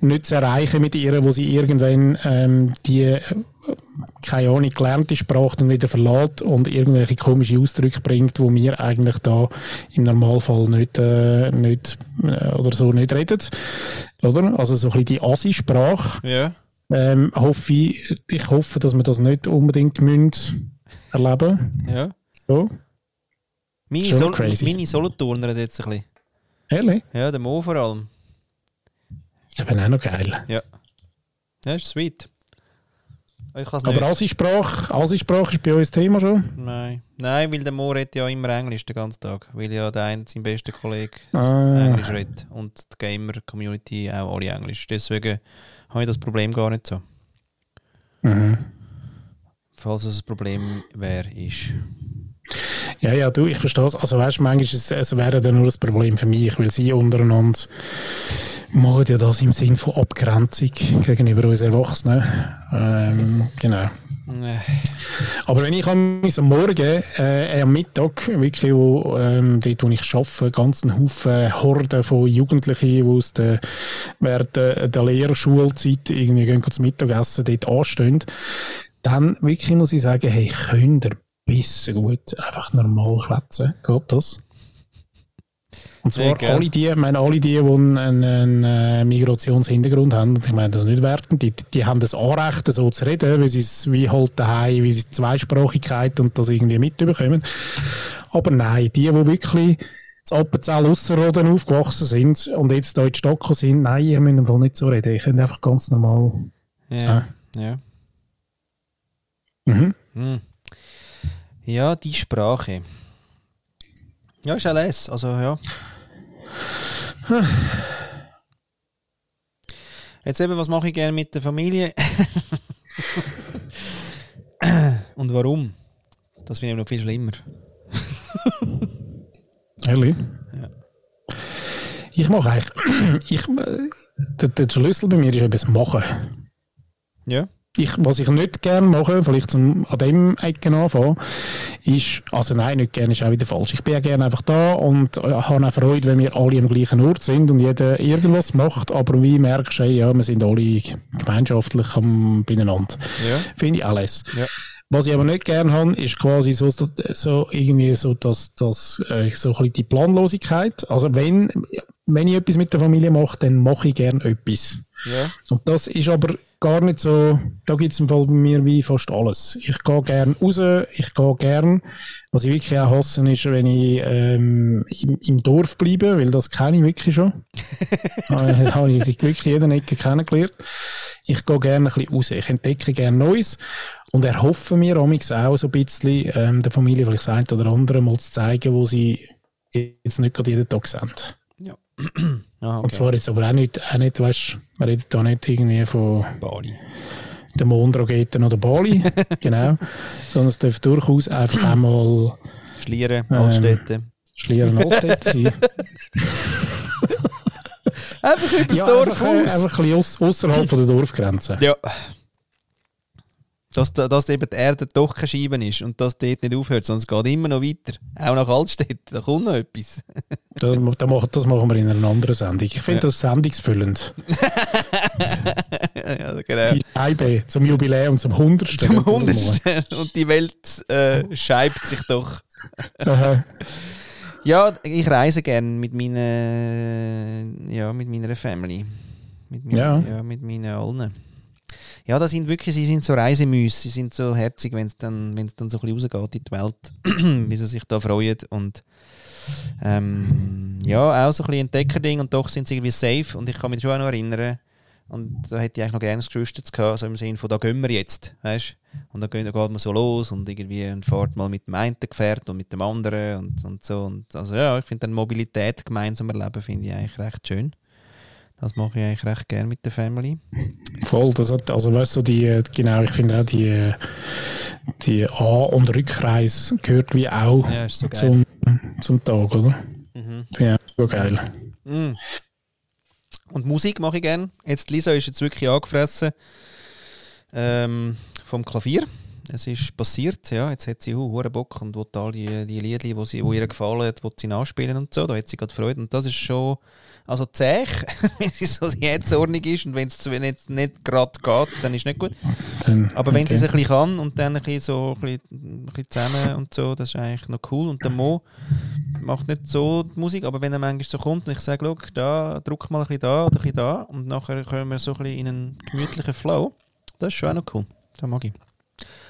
[SPEAKER 1] nicht zu erreichen mit ihr, wo sie irgendwann ähm, die äh, keine Ahnung, gelernte Sprache dann wieder verlässt und irgendwelche komischen Ausdrücke bringt, wo wir eigentlich da im Normalfall nicht, äh, nicht äh, oder so nicht reden. Oder? Also so ein bisschen die Asi-Sprache.
[SPEAKER 2] Ja.
[SPEAKER 1] Ähm, hoffe ich, ich hoffe, dass wir das nicht unbedingt müssen erleben
[SPEAKER 2] ja.
[SPEAKER 1] So,
[SPEAKER 2] Mini,
[SPEAKER 1] Schon
[SPEAKER 2] Sol
[SPEAKER 1] crazy.
[SPEAKER 2] Mini Soloturner jetzt ein bisschen.
[SPEAKER 1] ehrlich?
[SPEAKER 2] Ja, der Mo vor allem.
[SPEAKER 1] Das wäre auch noch geil.
[SPEAKER 2] Ja. Ja, ist sweet. Oh, Ich weiß nicht.
[SPEAKER 1] Aber Asi-Sprache Asi -Sprache ist bei uns Thema schon.
[SPEAKER 2] Nein. Nein, weil der Mo redet ja immer Englisch den ganzen Tag. Weil ja der eine, sein bester Kollege,
[SPEAKER 1] Ah.
[SPEAKER 2] Englisch redet. Und die Gamer-Community auch alle Englisch. Deswegen habe ich das Problem gar nicht so.
[SPEAKER 1] Mhm.
[SPEAKER 2] Falls es ein Problem wäre, ist.
[SPEAKER 1] Ja, ja, du, ich verstehe es. Also, weißt du, manchmal ist es, es wäre dann nur ein Problem für mich, weil sie untereinander machen ja das im Sinn von Abgrenzung gegenüber uns Erwachsenen. Ähm, genau.
[SPEAKER 2] Äh,
[SPEAKER 1] Aber wenn ich am am Morgen, äh, am Mittag, wirklich, wo, ähm, dort, wo ich arbeite, ganzen Haufen Horden von Jugendlichen, die aus der, während der, der Lehrschulzeit irgendwie gehen zum Mittagessen dort anstehen, dann wirklich muss ich sagen, hey, könnt ihr bisschen gut einfach normal schwätzen? Geht das? Und
[SPEAKER 2] Ja,
[SPEAKER 1] zwar
[SPEAKER 2] gell.
[SPEAKER 1] alle die, ich meine, alle die, die einen, einen äh, Migrationshintergrund haben, und ich meine das nicht wertend, die, die haben das Anrecht, so zu reden, weil sie es wie halt daheim, wie sie die Zweisprachigkeit und das irgendwie mitbekommen. Aber nein, die, die wirklich zu Appenzell Ausserrhoden aufgewachsen sind und jetzt hier in Stockholm sind, nein, ihr müsst im Fall nicht so reden, ihr könnt einfach ganz normal...
[SPEAKER 2] Ja. Ja.
[SPEAKER 1] Ah. Mhm.
[SPEAKER 2] Hm. Ja, die Sprache. Ja, ist alles. Also, ja. Jetzt eben, was mache ich gerne mit der Familie? <laughs> Und warum? Das finde ich noch viel schlimmer.
[SPEAKER 1] Ehrlich? Ich mache eigentlich... ich, äh, der, der Schlüssel bei mir ist eben das Machen.
[SPEAKER 2] Ja?
[SPEAKER 1] ich, was ich nicht gerne mache, vielleicht zum, an dem Ecken anfangen, ist, also nein, nicht gerne ist auch wieder falsch. Ich bin ja gerne einfach da und äh, habe auch Freude, wenn wir alle am gleichen Ort sind und jeder irgendwas macht, aber wie merkst du, hey, ja, wir sind alle gemeinschaftlich am, beieinander.
[SPEAKER 2] Ja?
[SPEAKER 1] Finde ich alles.
[SPEAKER 2] Ja.
[SPEAKER 1] Was ich aber nicht gerne habe, ist quasi so, so irgendwie so, dass, dass äh, so ein bisschen die Planlosigkeit. Also wenn, wenn ich etwas mit der Familie mache, dann mache ich gerne etwas.
[SPEAKER 2] Ja?
[SPEAKER 1] Und das ist aber gar nicht so, da gibt es im Fall bei mir wie fast alles. Ich gehe gern raus, ich gehe gern. Was ich wirklich auch hasse, ist, wenn ich ähm, im, im Dorf bleibe, weil das kenne ich wirklich schon. Ah, das habe ich wirklich jeden Ecke kennengelernt. Ich gehe gerne ein bisschen raus, ich entdecke gerne Neues und erhoffe mir amigs auch so ein bisschen, ähm, der Familie vielleicht das eine oder andere mal zu zeigen, wo sie jetzt nicht gerade jeden Tag sind.
[SPEAKER 2] Ja. <clears throat> Aha,
[SPEAKER 1] Und
[SPEAKER 2] okay.
[SPEAKER 1] zwar jetzt aber auch nicht, auch nicht weißt, wir reden da nicht irgendwie von
[SPEAKER 2] Bali.
[SPEAKER 1] den Mondraketen oder
[SPEAKER 2] <laughs>
[SPEAKER 1] Bali, genau, sondern es darf durchaus einfach einmal
[SPEAKER 2] Schlieren,
[SPEAKER 1] Ähm.
[SPEAKER 2] Altstädte.
[SPEAKER 1] schlieren
[SPEAKER 2] <laughs>
[SPEAKER 1] Altstädte sein.
[SPEAKER 2] Einfach übers
[SPEAKER 1] einfach, äh, einfach ein bisschen aus, außerhalb von der Dorfgrenze.
[SPEAKER 2] Ja. Dass, dass eben die Erde doch keine Scheibe ist und dass dort nicht aufhört, sondern es geht immer noch weiter. Auch nach Altstädt, da kommt noch etwas. <laughs>
[SPEAKER 1] Da, da machen- das machen wir in einer anderen Sendung. Ich finde das sendungsfüllend.
[SPEAKER 2] ja, genau.
[SPEAKER 1] Die Scheibe zum Jubiläum, zum 100.
[SPEAKER 2] Zum Hundertsten. Und die Welt äh, scheibt sich doch.
[SPEAKER 1] Aha.
[SPEAKER 2] Ja, ich reise gern mit meiner, ja, mit meiner Family. Mit meinen, ja.
[SPEAKER 1] Ja.
[SPEAKER 2] mit meinen allen. Ja, das sind wirklich, sie sind so Reisemüsse, sie sind so herzig, wenn es dann, wenn's dann so ein bisschen rausgeht in die Welt, <clears throat> wie sie sich da freuen und ähm, ja, auch so ein bisschen Entdeckerding und doch sind sie irgendwie safe und ich kann mich schon auch noch erinnern und da hätte ich eigentlich noch gerne das Geschwister gehabt, so im Sinne von, da gehen wir jetzt, weißt und dann geht, dann geht man so los und irgendwie und fährt mal mit dem einen Gefährt und mit dem anderen und, und so. Und also ja, ich finde dann Mobilität gemeinsam erleben, finde ich eigentlich recht schön. Das mache ich eigentlich recht gerne mit der Family.
[SPEAKER 1] Voll, das hat, also weißt du, die, äh, genau, ich finde auch die, äh, die A- und Rückreise gehört wie auch
[SPEAKER 2] Ja, ist so geil. Mhm.
[SPEAKER 1] zum, zum Tag, oder? Finde ich auch so geil.
[SPEAKER 2] Mm. Und Musik mache ich gerne. Jetzt Lisa ist jetzt wirklich angefressen ähm, vom Klavier. Es ist passiert, ja. Jetzt hat sie hu- hure Bock und will all die, die Lieder, die, sie, die ihr gefallen hat, will sie nachspielen und so. Da hat sie gerade Freude. Und das ist schon also zäh, <laughs> wenn sie so die Herzordnung ist und wenn es nicht, nicht gerade geht, dann ist nicht gut.
[SPEAKER 1] Dann,
[SPEAKER 2] Aber wenn sie es
[SPEAKER 1] okay.
[SPEAKER 2] ein bisschen kann und dann ein bisschen so ein bisschen, ein bisschen zusammen und so, das ist eigentlich noch cool. Und der Mo macht nicht so die Musik, aber wenn er manchmal so kommt und ich sage, schau, da, drück mal ein bisschen da oder ein bisschen da und nachher kommen wir so ein bisschen in einen gemütlichen Flow, das ist schon auch noch cool. Das mag ich.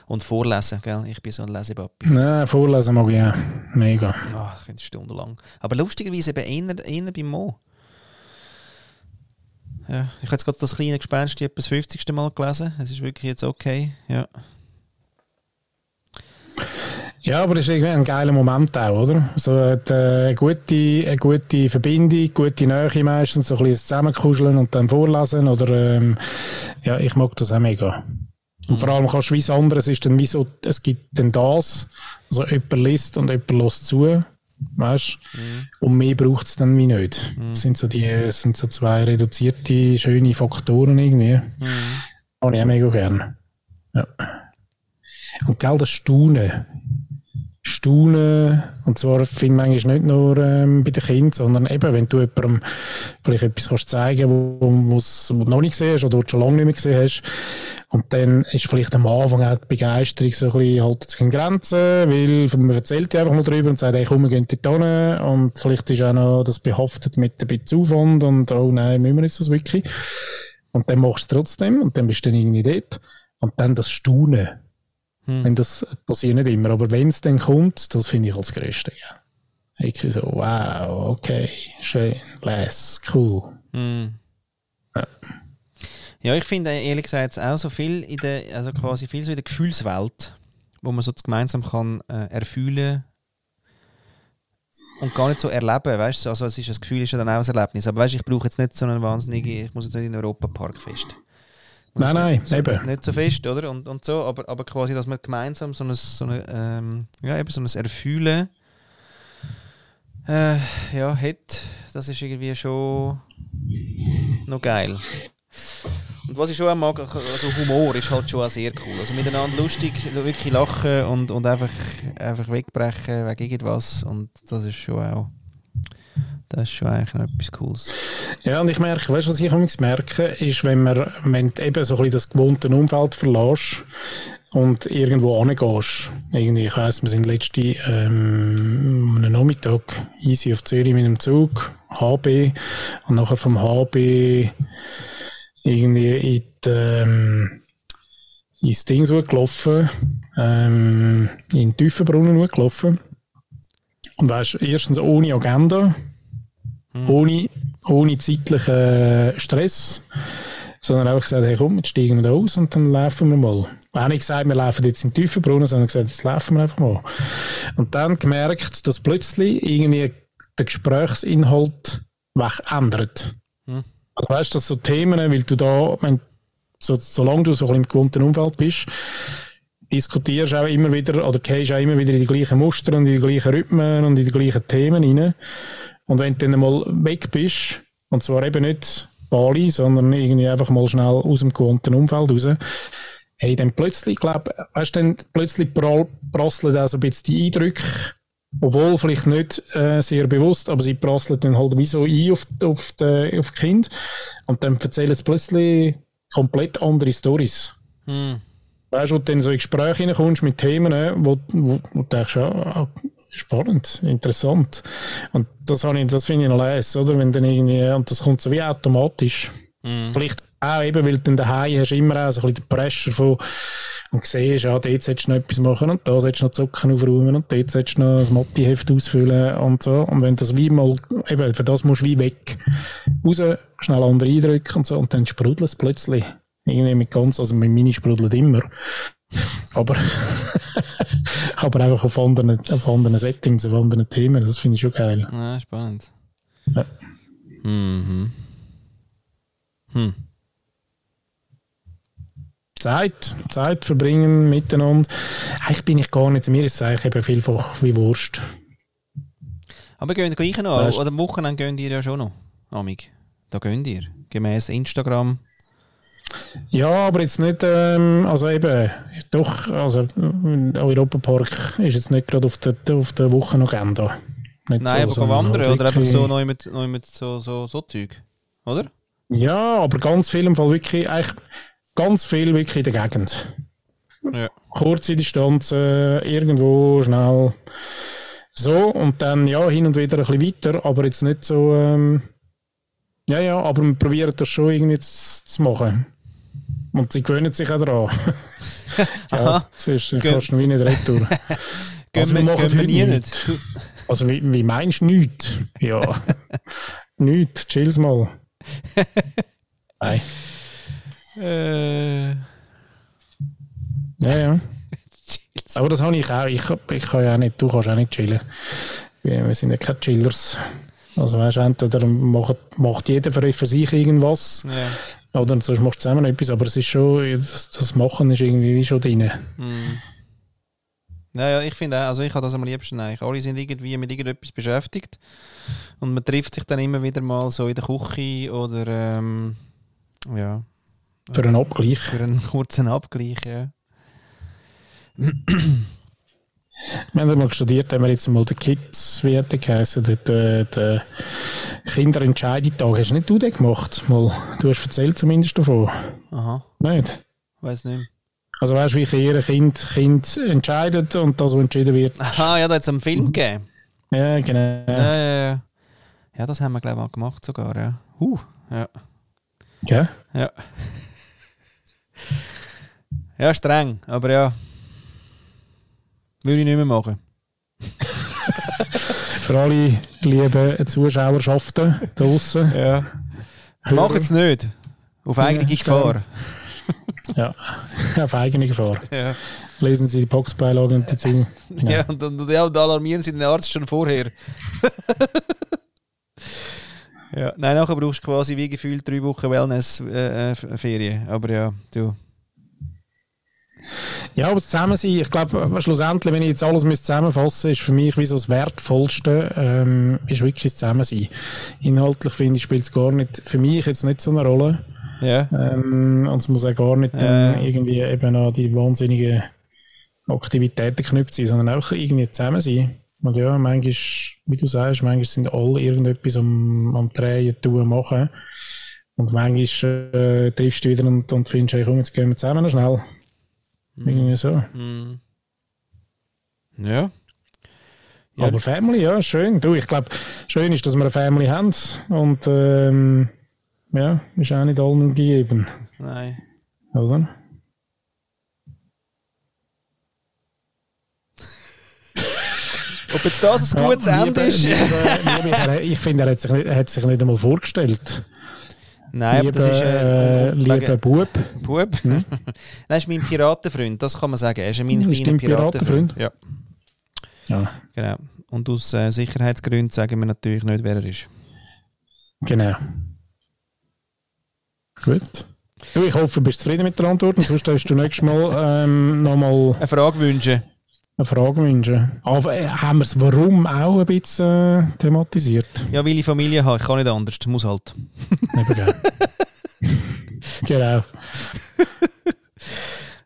[SPEAKER 2] Und vorlesen, gell? ich bin so ein Lesepapi.
[SPEAKER 1] Nein, vorlesen mag ich auch. Mega.
[SPEAKER 2] Ah, ich könnte stundenlang. Aber lustigerweise eben eher, eher beim Mo. Ja, ich habe jetzt gerade das kleine Gespenst etwa das 50. Mal gelesen. Es ist wirklich jetzt okay. Ja.
[SPEAKER 1] Ja, aber das ist irgendwie ein geiler Moment auch, oder? So hat, äh, eine, gute, eine gute Verbindung, gute Nähe meistens, so ein bisschen zusammenkuscheln und dann vorlesen. Oder, ähm, ja, ich mag das auch mega. Und vor allem kannst du wie das andere, es ist dann wie so, es gibt dann das, also jemand liest und jemand lässt zu, weißt Und mehr braucht es dann wie nicht. Das sind so die, das sind so zwei reduzierte, schöne Faktoren irgendwie. Habe ich auch mega gern. Ja. Und gell, das Staunen. Staunen, und zwar finde ich manchmal nicht nur ähm, bei den Kindern, sondern eben, wenn du jemandem vielleicht etwas kannst zeigen wo, wo's- wo du noch nicht gesehen hast oder wo du schon lange nicht mehr gesehen hast. Und dann ist vielleicht am Anfang auch die Begeisterung so ein bisschen, haltet sich in Grenzen, weil man erzählt ja einfach mal drüber und sagt, hey, komm, wir gehen dort hin. Und vielleicht ist auch noch das behaftet mit ein bisschen Aufwand und, oh nein, müssen wir jetzt das wirklich? Und dann machst du es trotzdem und dann bist du dann irgendwie dort. Und dann das Staunen. Wenn das passiert nicht immer, aber wenn es dann kommt, das finde ich als Größte. Ja. Ich so, wow, okay, schön, les, cool.
[SPEAKER 2] Mm. Ja, ich finde äh, ehrlich gesagt auch so viel in der, also quasi viel so in der Gefühlswelt, wo man so gemeinsam kann äh, erfühlen und gar nicht so erleben, weißt du? Also es ist das Gefühl ist ja dann auch ein Erlebnis, aber weißt du, ich brauche jetzt nicht so einen wahnsinnigen, ich muss jetzt nicht in den Europapark fest.
[SPEAKER 1] Nein, nein, eben.
[SPEAKER 2] Nicht so fest, oder? Und, und so, aber, aber quasi, dass man gemeinsam so ein, so eine, ähm, ja, eben so ein Erfühlen äh, ja, hat, das ist irgendwie schon noch geil. Und was ich schon auch mag, also Humor ist halt schon auch sehr cool. Also miteinander lustig, wirklich lachen und, und einfach, einfach wegbrechen wegen irgendwas. Und das ist schon auch, das ist schon eigentlich noch etwas Cooles.
[SPEAKER 1] Ja, und ich merke, weißt du, was ich manchmal merke, ist, wenn man, wenn du eben so ein bisschen das gewohnte Umfeld verlässt und irgendwo hingehst. Irgendwie, ich weiss, wir sind letzte ähm, am Nachmittag easy auf Zürich mit dem Zug, HB, und nachher vom HB irgendwie in die, ähm, ins Ding gelaufen, ähm, in den Tiefenbrunnen gelaufen. Und weißt erstens ohne Agenda, Hm. ohne, ohne zeitlichen Stress, sondern einfach gesagt, hey komm, jetzt steigen wir da aus und dann laufen wir mal. Auch nicht gesagt, wir laufen jetzt in den Tiefenbrunnen, sondern gesagt, jetzt laufen wir einfach mal. Und dann gemerkt, dass plötzlich irgendwie der Gesprächsinhalt weg ändert. Also weißt du, dass so Themen, weil du da, wenn, so, solange du so ein bisschen im gewohnten Umfeld bist, diskutierst auch immer wieder oder gehst auch immer wieder in die gleichen Muster und in die gleichen Rhythmen und in die gleichen Themen rein. Und wenn du dann mal weg bist, und zwar eben nicht Bali, sondern irgendwie einfach mal schnell aus dem gewohnten Umfeld raus, hey, dann plötzlich, glaub, weißt, dann plötzlich prall- prasseln auch so ein bisschen die Eindrücke, obwohl vielleicht nicht äh, sehr bewusst, aber sie prasseln dann halt wie so ein auf, auf, die, auf die Kinder und dann erzählen sie plötzlich komplett andere Stories. Weißt du, wo du dann so in Gespräche reinkommst mit Themen, äh, wo, wo, wo du denkst, ja, ah, spannend, interessant. Und das, habe ich- das finde ich noch leise, oder? Wenn dann irgendwie, und das kommt so wie automatisch. Vielleicht auch eben, weil du dann daheim hast immer auch so ein bisschen den Pressure von, und siehst, ja, dort solltest du noch etwas machen und da solltest du noch Zocken aufräumen und dort solltest du noch das Matheheft ausfüllen und so. Und wenn das wie mal, eben, für das musst du wie weg. Raus, schnell andere Eindrücke und so. Und dann sprudelt es plötzlich. Irgendwie mit ganz, also mit Mini sprudelt immer. Aber, <laughs> aber einfach auf anderen, auf anderen Settings, auf anderen Themen, das finde ich schon geil.
[SPEAKER 2] Ja, spannend.
[SPEAKER 1] Ja.
[SPEAKER 2] Mhm. Hm.
[SPEAKER 1] Zeit, Zeit verbringen miteinander. Eigentlich bin ich gar nicht, mir ist es eigentlich eben vielfach wie Wurst.
[SPEAKER 2] Aber gehen gleich noch.
[SPEAKER 1] Weißt-
[SPEAKER 2] Oder am Wochenende gehen ihr ja schon noch. Amig. Da gehen ihr. Gemäß Instagram.
[SPEAKER 1] Ja, aber jetzt nicht, ähm, also eben, doch, also äh, Europapark ist jetzt nicht gerade auf der, auf der Wochenagenda. Nicht
[SPEAKER 2] Nein, aber
[SPEAKER 1] sondern
[SPEAKER 2] gehen wandern
[SPEAKER 1] halt
[SPEAKER 2] oder einfach
[SPEAKER 1] wirklich-
[SPEAKER 2] so neu mit, neu mit so, so, so Zeug. Oder?
[SPEAKER 1] Ja, aber ganz viel im Fall wirklich, eigentlich ganz viel wirklich in der Gegend.
[SPEAKER 2] Ja.
[SPEAKER 1] kurze Distanz, äh, irgendwo schnell so und dann ja hin und wieder ein bisschen weiter, aber jetzt nicht so. Ähm, ja, ja, aber wir probieren das schon irgendwie zu, zu machen. Und sie gewöhnen sich auch
[SPEAKER 2] <laughs>
[SPEAKER 1] daran. ja,
[SPEAKER 2] Aha.
[SPEAKER 1] zwischen
[SPEAKER 2] Gehen-
[SPEAKER 1] kannst du wie nicht
[SPEAKER 2] <laughs>
[SPEAKER 1] retour.
[SPEAKER 2] Gehen
[SPEAKER 1] Also wir machen
[SPEAKER 2] gehen
[SPEAKER 1] heute
[SPEAKER 2] nie
[SPEAKER 1] nichts.
[SPEAKER 2] nicht.
[SPEAKER 1] Also, wie, wie meinst du nichts?
[SPEAKER 2] <laughs>
[SPEAKER 1] Ja. nichts, chill's mal. Nein.
[SPEAKER 2] Du, äh,
[SPEAKER 1] Ja, ja. Aber das habe ich auch. Ich, ich kann ja auch nicht, du kannst auch nicht chillen. Wir, wir sind ja keine Chillers. Also weißt, entweder macht, macht jeder für, für sich irgendwas
[SPEAKER 2] ja.
[SPEAKER 1] oder sonst machst du zusammen etwas, aber es ist schon, das, das Machen ist irgendwie wie schon drin.
[SPEAKER 2] Naja, Mm. ich finde auch, also ich habe das am liebsten eigentlich. Alle sind irgendwie mit irgendetwas beschäftigt und man trifft sich dann immer wieder mal so in der Küche oder ähm, ja,
[SPEAKER 1] Für einen Abgleich.
[SPEAKER 2] für einen <laughs> kurzen Abgleich. Ja.
[SPEAKER 1] Wir haben mal studiert, haben wir jetzt mal den Kids, wie hat der geheißen, den, den, den Kinderentscheidetag. Hast nicht du den gemacht? Mal, du hast erzählt zumindest davon.
[SPEAKER 2] Aha,
[SPEAKER 1] Nicht?
[SPEAKER 2] weiß nicht. mehr.
[SPEAKER 1] Also weißt du, wie ihr Kind, Kind entscheidet und das, was entschieden wird.
[SPEAKER 2] Aha, ja, da hat es einen Film gegeben.
[SPEAKER 1] Ja, genau.
[SPEAKER 2] Mhm. Ja, ja, ja. Ja, das haben wir, glaube ich, mal gemacht sogar. Ja. Huh, ja.
[SPEAKER 1] Gell?
[SPEAKER 2] Ja. Ja, streng, aber ja. Würde ich nicht mehr machen.
[SPEAKER 1] Für alle lieben Zuschauerschaften da <laughs> draussen.
[SPEAKER 2] Ja. Mach es nicht. Auf
[SPEAKER 1] Ja,
[SPEAKER 2] eigene Gefahr.
[SPEAKER 1] Ja, auf eigene Gefahr.
[SPEAKER 2] Ja.
[SPEAKER 1] Lesen Sie die Boxbeilage und die Ziele.
[SPEAKER 2] Ja. und, und, ja, und alarmieren sie den Arzt schon vorher. <laughs> ja. Nein, nachher brauchst du quasi wie gefühlt drei Wochen eh, Wellness-Ferien. aber ja, du.
[SPEAKER 1] Ja, aber das Zusammensein, ich glaube, schlussendlich, wenn ich jetzt alles müsste zusammenfassen ist für mich wie so das Wertvollste, ähm, ist wirklich das Zusammensein. Inhaltlich finde ich, spielt es gar nicht, für mich jetzt nicht so eine Rolle.
[SPEAKER 2] Ja.
[SPEAKER 1] Ähm, und es muss auch gar nicht dann
[SPEAKER 2] Ja.
[SPEAKER 1] irgendwie eben an die wahnsinnigen Aktivitäten geknüpft sein, sondern auch irgendwie zusammen sein. Und ja, manchmal, wie du sagst, manchmal sind alle irgendetwas am, am Drehen, tun, machen. Und manchmal äh, triffst du wieder und, und findest, hey, komm, jetzt gehen wir zusammen noch schnell. Irgendwie so.
[SPEAKER 2] Ja. Ja.
[SPEAKER 1] Aber Family, ja, schön. Du, ich glaube, schön ist, dass wir eine Family haben. Und ähm, ja, ist auch nicht allen gegeben,
[SPEAKER 2] Nein.
[SPEAKER 1] oder?
[SPEAKER 2] Ob jetzt das ein gutes
[SPEAKER 1] Ja,
[SPEAKER 2] Ende
[SPEAKER 1] lieber-
[SPEAKER 2] ist?
[SPEAKER 1] lieber-
[SPEAKER 2] <laughs>
[SPEAKER 1] lieber, er- ich finde, er hat sich, nicht, er hat sich nicht einmal vorgestellt.
[SPEAKER 2] Nein, aber
[SPEAKER 1] lieber,
[SPEAKER 2] das ist.
[SPEAKER 1] äh,
[SPEAKER 2] Äh,
[SPEAKER 1] lieber Bub.
[SPEAKER 2] Bub. <laughs> Nein, ist mein Piratenfreund, das kann man sagen. Er ist mein
[SPEAKER 1] Ist
[SPEAKER 2] kleiner
[SPEAKER 1] dein
[SPEAKER 2] Piratenfreund. Ja,
[SPEAKER 1] Ja,
[SPEAKER 2] genau. Und aus äh, Sicherheitsgründen sagen wir natürlich nicht, wer er ist.
[SPEAKER 1] genau. Gut. Du, ich hoffe, du bist zufrieden mit der Antwort. Und sonst darfst du nächstes Mal ähm, nochmal
[SPEAKER 2] Eine Frage wünschen.
[SPEAKER 1] eine Frage wünschen. Aber äh, haben wir es warum auch ein bisschen äh, thematisiert?
[SPEAKER 2] Ja, weil ich Familie habe, ich kann nicht anders, muss halt.
[SPEAKER 1] <laughs> Eben, gell. genau.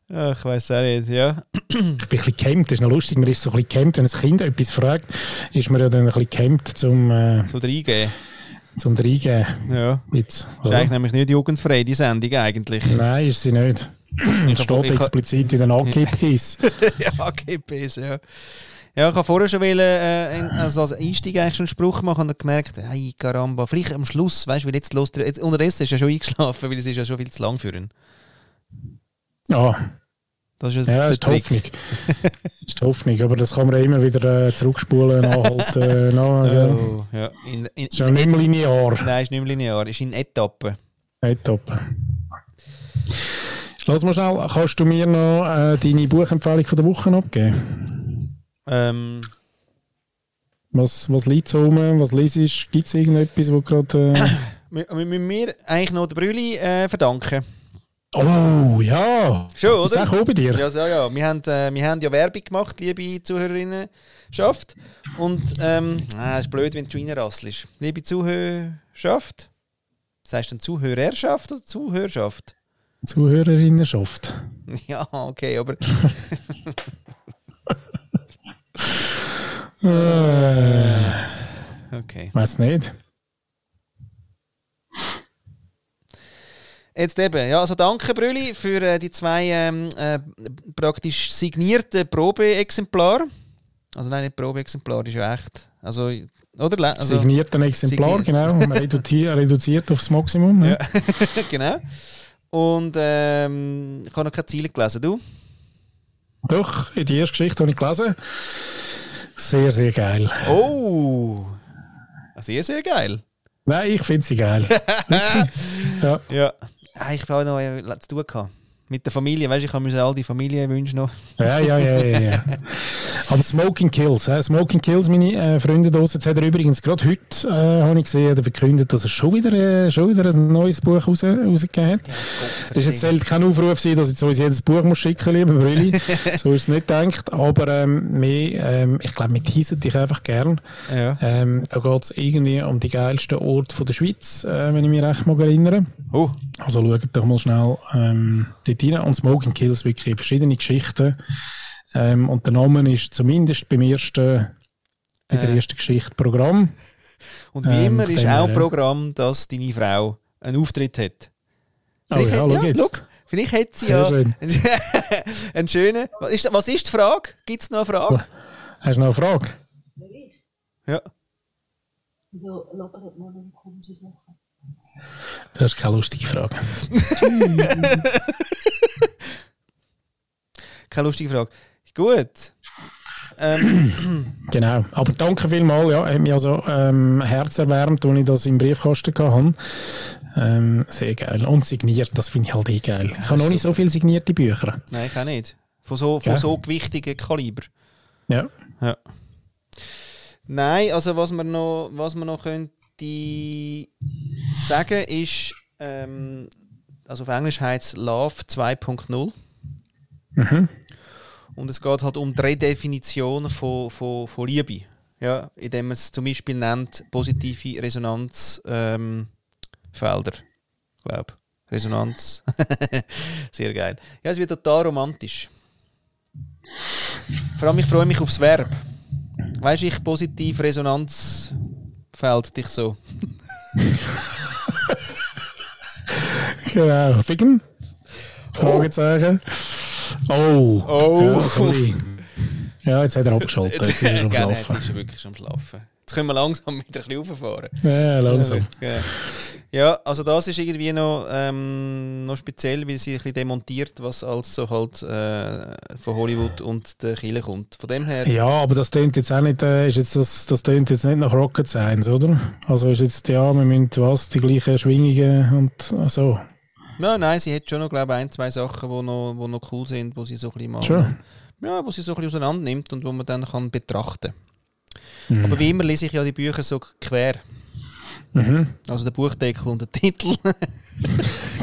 [SPEAKER 2] Ja, ich weiß auch nicht, ja.
[SPEAKER 1] Ich bin ein bisschen gehemmt, das ist noch lustig, man ist so ein bisschen gehemmt, wenn ein Kind etwas fragt, ist man ja dann ein bisschen gehemmt zum, äh,
[SPEAKER 2] So reingeben.
[SPEAKER 1] zum Reingeben.
[SPEAKER 2] Ja.
[SPEAKER 1] Jetzt,
[SPEAKER 2] Ist
[SPEAKER 1] oder?
[SPEAKER 2] eigentlich nämlich nicht jugendfrei, die Sendung eigentlich.
[SPEAKER 1] Nein, ist sie nicht. Es
[SPEAKER 2] hab-
[SPEAKER 1] steht
[SPEAKER 2] ich hab-
[SPEAKER 1] explizit in den AGPs.
[SPEAKER 2] <laughs> ja, GPs, ja. Ja, ich habe vorher schon wollen, äh, ein- also als Einstieg eigentlich schon einen Spruch machen und dann gemerkt, hey, Karamba, vielleicht am Schluss, weißt du, weil jetzt los, jetzt, unterdessen ist er schon <laughs> eingeschlafen, weil es ist ja schon viel zu lang für ihn.
[SPEAKER 1] Ja,
[SPEAKER 2] Das ist
[SPEAKER 1] Ah, ja
[SPEAKER 2] der
[SPEAKER 1] ist die Hoffnung. ist die Hoffnung, aber das kann man ja immer wieder äh, zurückspulen,
[SPEAKER 2] <laughs>
[SPEAKER 1] nachhalten. Äh, nach, gell?
[SPEAKER 2] Oh, ja. In, in,
[SPEAKER 1] Ist ja nicht mehr linear.
[SPEAKER 2] nein, ist nicht mehr linear, ist in Etappen.
[SPEAKER 1] Nicht top. Lass mal schnell, kannst du mir noch äh, deine Buchempfehlung von der Woche abgeben?
[SPEAKER 2] Ähm,
[SPEAKER 1] Was, was liegt so rum? Was liest Gibt es irgendetwas, wo gerade... Äh,
[SPEAKER 2] <coughs> wir wir müssen mir eigentlich noch den Brülli äh, verdanken.
[SPEAKER 1] Oh, ja.
[SPEAKER 2] Schon, oder?
[SPEAKER 1] Ist auch cool bei dir.
[SPEAKER 2] Ja, so, ja. Wir haben, äh, wir haben ja Werbung gemacht, liebe Zuhörerinnen. Schafft. Und ähm, ah, ist blöd, wenn du reinrasselst. Liebe Zuhörerschaft. Das heißt dann Zuhörerschaft <laughs> oder Zuhörschaft?
[SPEAKER 1] Zuhörerinnenschaft.
[SPEAKER 2] Ja, okay, aber
[SPEAKER 1] Äh,
[SPEAKER 2] okay.
[SPEAKER 1] weiß nicht.
[SPEAKER 2] Jetzt eben, ja, also danke Brülli für äh, die zwei ähm, äh, praktisch signierten Probeexemplare. Also nein, nicht Probeexemplar, ist ja echt. Also, oder? Le- Also,
[SPEAKER 1] Signiert ein Exemplar,
[SPEAKER 2] signiert.
[SPEAKER 1] genau. Man
[SPEAKER 2] <laughs>
[SPEAKER 1] reduzi- reduziert aufs Maximum. Ne?
[SPEAKER 2] Ja. <laughs> genau. Und ähm, ich habe noch keine Ziele gelesen, du?
[SPEAKER 1] Doch, die erste Geschichte habe ich gelesen. Sehr, sehr geil.
[SPEAKER 2] Oh! Sehr, sehr geil.
[SPEAKER 1] Nein, ich finde sie
[SPEAKER 2] <laughs>
[SPEAKER 1] geil. ja.
[SPEAKER 2] Ja. Ah, ich habe noch äh, zu tun gehabt. Mit der Familie, weißt du, ich habe all die Familienwünsche noch.
[SPEAKER 1] Ja, ja, ja, ja, ja. Aber Smoking Kills, hä? Smoking Kills, meine äh, Freunde da draussen. Jetzt hat er übrigens gerade heute, äh, habe ich gesehen, hat er verkündet, dass er schon wieder, äh, schon wieder ein neues Buch raus, rausgegeben hat. Das ist jetzt halt kein Aufruf sein, dass ich zu uns jedes Buch muss schicken lieber Brülli. so ist es nicht gedacht. Aber ähm, mehr, ähm, ich glaube, wir teasen dich einfach gern.
[SPEAKER 2] Ja.
[SPEAKER 1] Ähm, da geht es irgendwie um die geilsten Orte von der Schweiz, äh, wenn ich mich recht mag erinnere.
[SPEAKER 2] Oh,
[SPEAKER 1] Also schaut doch mal schnell ähm, dort rein. Und Smoking Kills wirklich verschiedene Geschichten. Ähm, und der Name ist zumindest beim ersten, bei der
[SPEAKER 2] Äh.
[SPEAKER 1] ersten Geschichte Programm.
[SPEAKER 2] und wie
[SPEAKER 1] Ähm,
[SPEAKER 2] immer ist
[SPEAKER 1] dann,
[SPEAKER 2] auch
[SPEAKER 1] äh,
[SPEAKER 2] Programm, dass deine Frau einen Auftritt hat. Vielleicht
[SPEAKER 1] Oh ja,
[SPEAKER 2] hat-
[SPEAKER 1] schau
[SPEAKER 2] ja,
[SPEAKER 1] jetzt.
[SPEAKER 2] schau, Vielleicht hat sie
[SPEAKER 1] Sehr
[SPEAKER 2] ja
[SPEAKER 1] schön.
[SPEAKER 2] <laughs> einen schönen. Was ist, was ist die Frage? Gibt es noch eine Frage?
[SPEAKER 1] Hast du noch eine Frage?
[SPEAKER 2] Ja.
[SPEAKER 5] Wieso labert man dann komische Sachen?
[SPEAKER 1] Das ist keine lustige Frage.
[SPEAKER 2] Keine lustige Frage. Gut. Ähm, <clears throat>
[SPEAKER 1] Genau. Aber danke vielmals. Ja, hat mich also ähm, Herz erwärmt, als ich das im Briefkasten hatte. Ähm, sehr geil. Und signiert, das finde ich halt eh geil. Ich habe noch nicht so viele signierte Bücher.
[SPEAKER 2] nein, kann nicht. Von so, von
[SPEAKER 1] Ja.
[SPEAKER 2] so gewichtigen Kaliber.
[SPEAKER 1] Ja.
[SPEAKER 2] Ja. Nein, also was man noch, was man noch könnte sagen ist, ähm, also auf Englisch heißt es Love 2.0. Und es geht halt um die Redefinition von, von, von Liebe. Ja, indem man es zum Beispiel nennt positive Resonanzfelder. Ähm, Felder. glaube Resonanz. <laughs> Sehr geil. Ja, es wird total romantisch. Vor allem, ich freue mich aufs Verb. Weißt du, ich positiv Resonanz fällt dich so.
[SPEAKER 1] Genau. Ficken? Fragezeichen. Oh.
[SPEAKER 2] Oh.
[SPEAKER 1] Ja, sorry. Ja, jetzt hat er abgeschaltet.
[SPEAKER 2] <laughs>
[SPEAKER 1] Jetzt ist er am
[SPEAKER 2] Genau, jetzt
[SPEAKER 1] Schlafen.
[SPEAKER 2] ist er wirklich schon am Schlafen. Jetzt können wir langsam wieder ein bisschen rauffahren.
[SPEAKER 1] Ja, Also. langsam.
[SPEAKER 2] Genau. Ja, also das ist irgendwie noch, ähm, noch speziell, weil sie ein bisschen demontiert, was als so halt äh, von Hollywood und der Kille kommt. Von dem her,
[SPEAKER 1] Ja, aber das tönt jetzt auch nicht, äh, ist jetzt das, das tönt jetzt nicht nach Rocket Science, oder? Also ist jetzt, ja, wir müssen was, die gleichen Schwingungen und so.
[SPEAKER 2] ja, nein, sie hat schon noch, glaube ich, ein, zwei Sachen, die noch, wo noch cool sind, wo sie so ein bisschen mal,
[SPEAKER 1] Schon.
[SPEAKER 2] ja, wo sie so ein bisschen auseinander nimmt und wo man dann kann betrachten kann. Aber wie immer lese ich ja die Bücher so quer. Also der Buchdeckel und der Titel.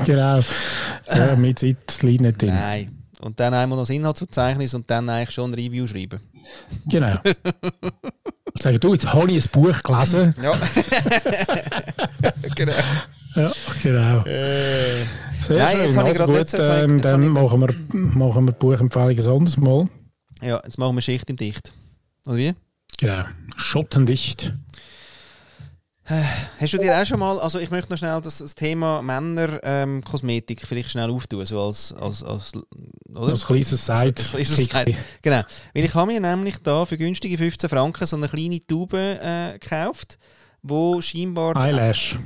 [SPEAKER 1] Genau. Ja, meine Zeit liegt nicht drin.
[SPEAKER 2] Nein. Und dann einmal noch das Inhaltsverzeichnis und dann eigentlich schon ein Review schreiben.
[SPEAKER 1] Genau. <laughs> Sagen, du, jetzt habe ich ein Buch gelesen.
[SPEAKER 2] Ja. genau. Äh.
[SPEAKER 1] Ja, genau. Sehr
[SPEAKER 2] Nein,
[SPEAKER 1] schön.
[SPEAKER 2] jetzt habe ich
[SPEAKER 1] also
[SPEAKER 2] gerade
[SPEAKER 1] gut,
[SPEAKER 2] jetzt- jetzt habe ich-
[SPEAKER 1] ähm,
[SPEAKER 2] jetzt
[SPEAKER 1] dann machen wir, machen wir die Buchempfehlung ein anderes Mal.
[SPEAKER 2] Ja, jetzt machen wir Schicht im Dicht. Oder wie?
[SPEAKER 1] Genau. Schottendicht.
[SPEAKER 2] Hast du dir auch schon mal, also ich möchte noch schnell das, das Thema Männer ähm, Kosmetik vielleicht schnell auftun, so als, als, als oder?
[SPEAKER 1] Als kleines Side.
[SPEAKER 2] Kleines Side. Genau, weil ich habe mir nämlich da für günstige 15 Franken so eine kleine Tube äh, gekauft, wo scheinbar
[SPEAKER 1] Ah. Eyelash.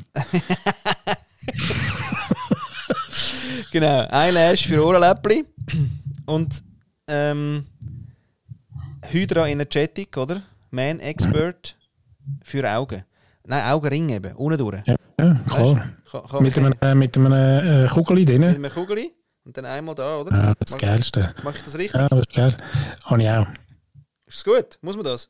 [SPEAKER 2] genau Eyelash für Ohrenläppli und ähm, Hydra Energetic, oder? Man Expert für Augen. Nein, Augenring eben, unten durch.
[SPEAKER 1] Ja, ja klar.
[SPEAKER 2] Kann- kann-
[SPEAKER 1] Mit einem, äh, mit einem äh, Kugel
[SPEAKER 2] mit
[SPEAKER 1] drin.
[SPEAKER 2] einer Kugel und dann einmal da, oder?
[SPEAKER 1] Ja, das
[SPEAKER 2] Mach-
[SPEAKER 1] Geilste.
[SPEAKER 2] Mache ich das richtig?
[SPEAKER 1] Ja, das ist geil. Habe ich auch.
[SPEAKER 2] Ist gut? Muss man das?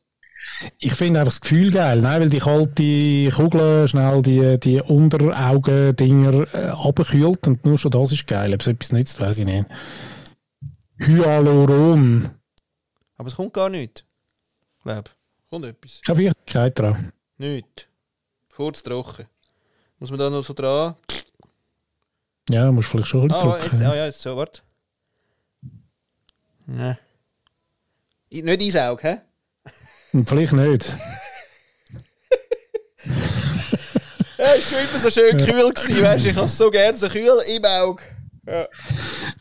[SPEAKER 1] Ich finde einfach das Gefühl geil, ne? weil die kalte Kugel schnell die, die Unteraugendinger äh, abkühlt und nur schon das ist geil. Ob es etwas nützt, weiß ich nicht. Hyaluron.
[SPEAKER 2] Aber es kommt gar nichts. Ich glaube, kommt etwas.
[SPEAKER 1] Keine Feuchtigkeit dran.
[SPEAKER 2] Nichts. Kurz trocken. Muss man da noch so dran?
[SPEAKER 1] Ja, musst vielleicht schon ein
[SPEAKER 2] Ah,
[SPEAKER 1] bisschen
[SPEAKER 2] wa- jetzt,
[SPEAKER 1] drücken.
[SPEAKER 2] ah ja, jetzt so, warte. Nein. I- Nicht ins Auge, hä?
[SPEAKER 1] Und vielleicht nicht.
[SPEAKER 2] Ja, ist schon immer so schön kühl gewesen, weißt du? Ich habe es so gerne so kühl im Auge. Ja.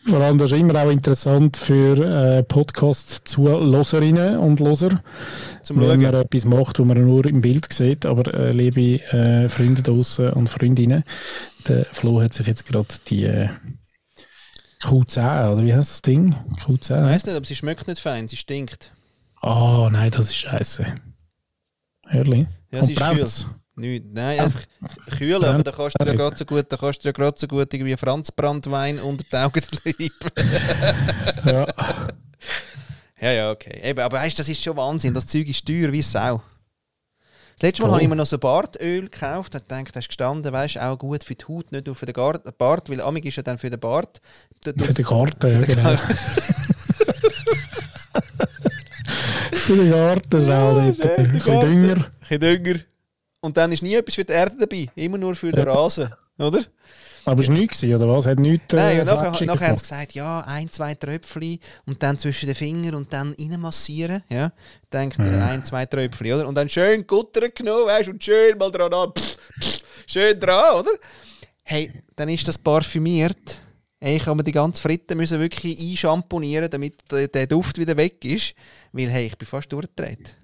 [SPEAKER 1] Vor allem, das ist immer auch interessant für äh, Podcast-Zuhörerinnen und Loser,
[SPEAKER 2] Zum
[SPEAKER 1] wenn
[SPEAKER 2] Schauen.
[SPEAKER 1] man etwas macht, wo man nur im Bild sieht. Aber äh, liebe äh, Freunde draussen und Freundinnen, der Flo hat sich jetzt gerade die äh, Q10, oder wie heißt das Ding? Q10?
[SPEAKER 2] Ich weiss nicht, aber sie schmeckt nicht fein, sie stinkt.
[SPEAKER 1] Oh nein, das ist scheiße. Ehrlich?
[SPEAKER 2] Ja, sie
[SPEAKER 1] Und
[SPEAKER 2] ist
[SPEAKER 1] brennt's?
[SPEAKER 2] <laughs> kühl. Nicht, nein, einfach kühl, aber da kannst du ja gerade so gut, da kannst du ja gerade so gut irgendwie Franzbrandwein unter die Augen <laughs> treiben.
[SPEAKER 1] Ja.
[SPEAKER 2] Ja, ja, okay. Eben, aber weißt du, das ist schon Wahnsinn. Das Zeug ist teuer wie Sau. Das letzte Mal
[SPEAKER 1] Voll.
[SPEAKER 2] habe ich mir noch so Bartöl gekauft und gedacht, das ist gestanden, weißt du, auch gut für die Haut, nicht nur für den Gar- Bart, weil amig ist ja dann für den Bart. Du- du- <laughs>
[SPEAKER 1] Für den Garten, ja, genau. <laughs> Für den Garten, ja, dort.
[SPEAKER 2] der
[SPEAKER 1] Ein bisschen
[SPEAKER 2] Garten.
[SPEAKER 1] Dünger.
[SPEAKER 2] Ein bisschen Dünger. Und dann ist nie etwas für die Erde dabei, immer nur für den <laughs> Rasen, oder?
[SPEAKER 1] Aber es war nichts, gewesen, oder was? Hat nichts. äh,
[SPEAKER 2] Nein, und nachher,
[SPEAKER 1] Flatschiges
[SPEAKER 2] nachher hat
[SPEAKER 1] gemacht?
[SPEAKER 2] sie gesagt, ja, ein, zwei Tröpfchen und dann zwischen den Fingern und dann reinmassieren. Ja, denkt
[SPEAKER 1] Mhm.
[SPEAKER 2] äh, ein, zwei Tröpfchen, oder? Und dann schön Gutter genommen, weißt du, und schön mal dran an, pff, pff, schön dran, oder? Hey, dann ist das parfümiert. Hey, ich habe mir die ganze Fritte müssen wirklich einschamponieren, damit der, der Duft wieder weg ist. Weil, hey, ich bin fast durchgedreht.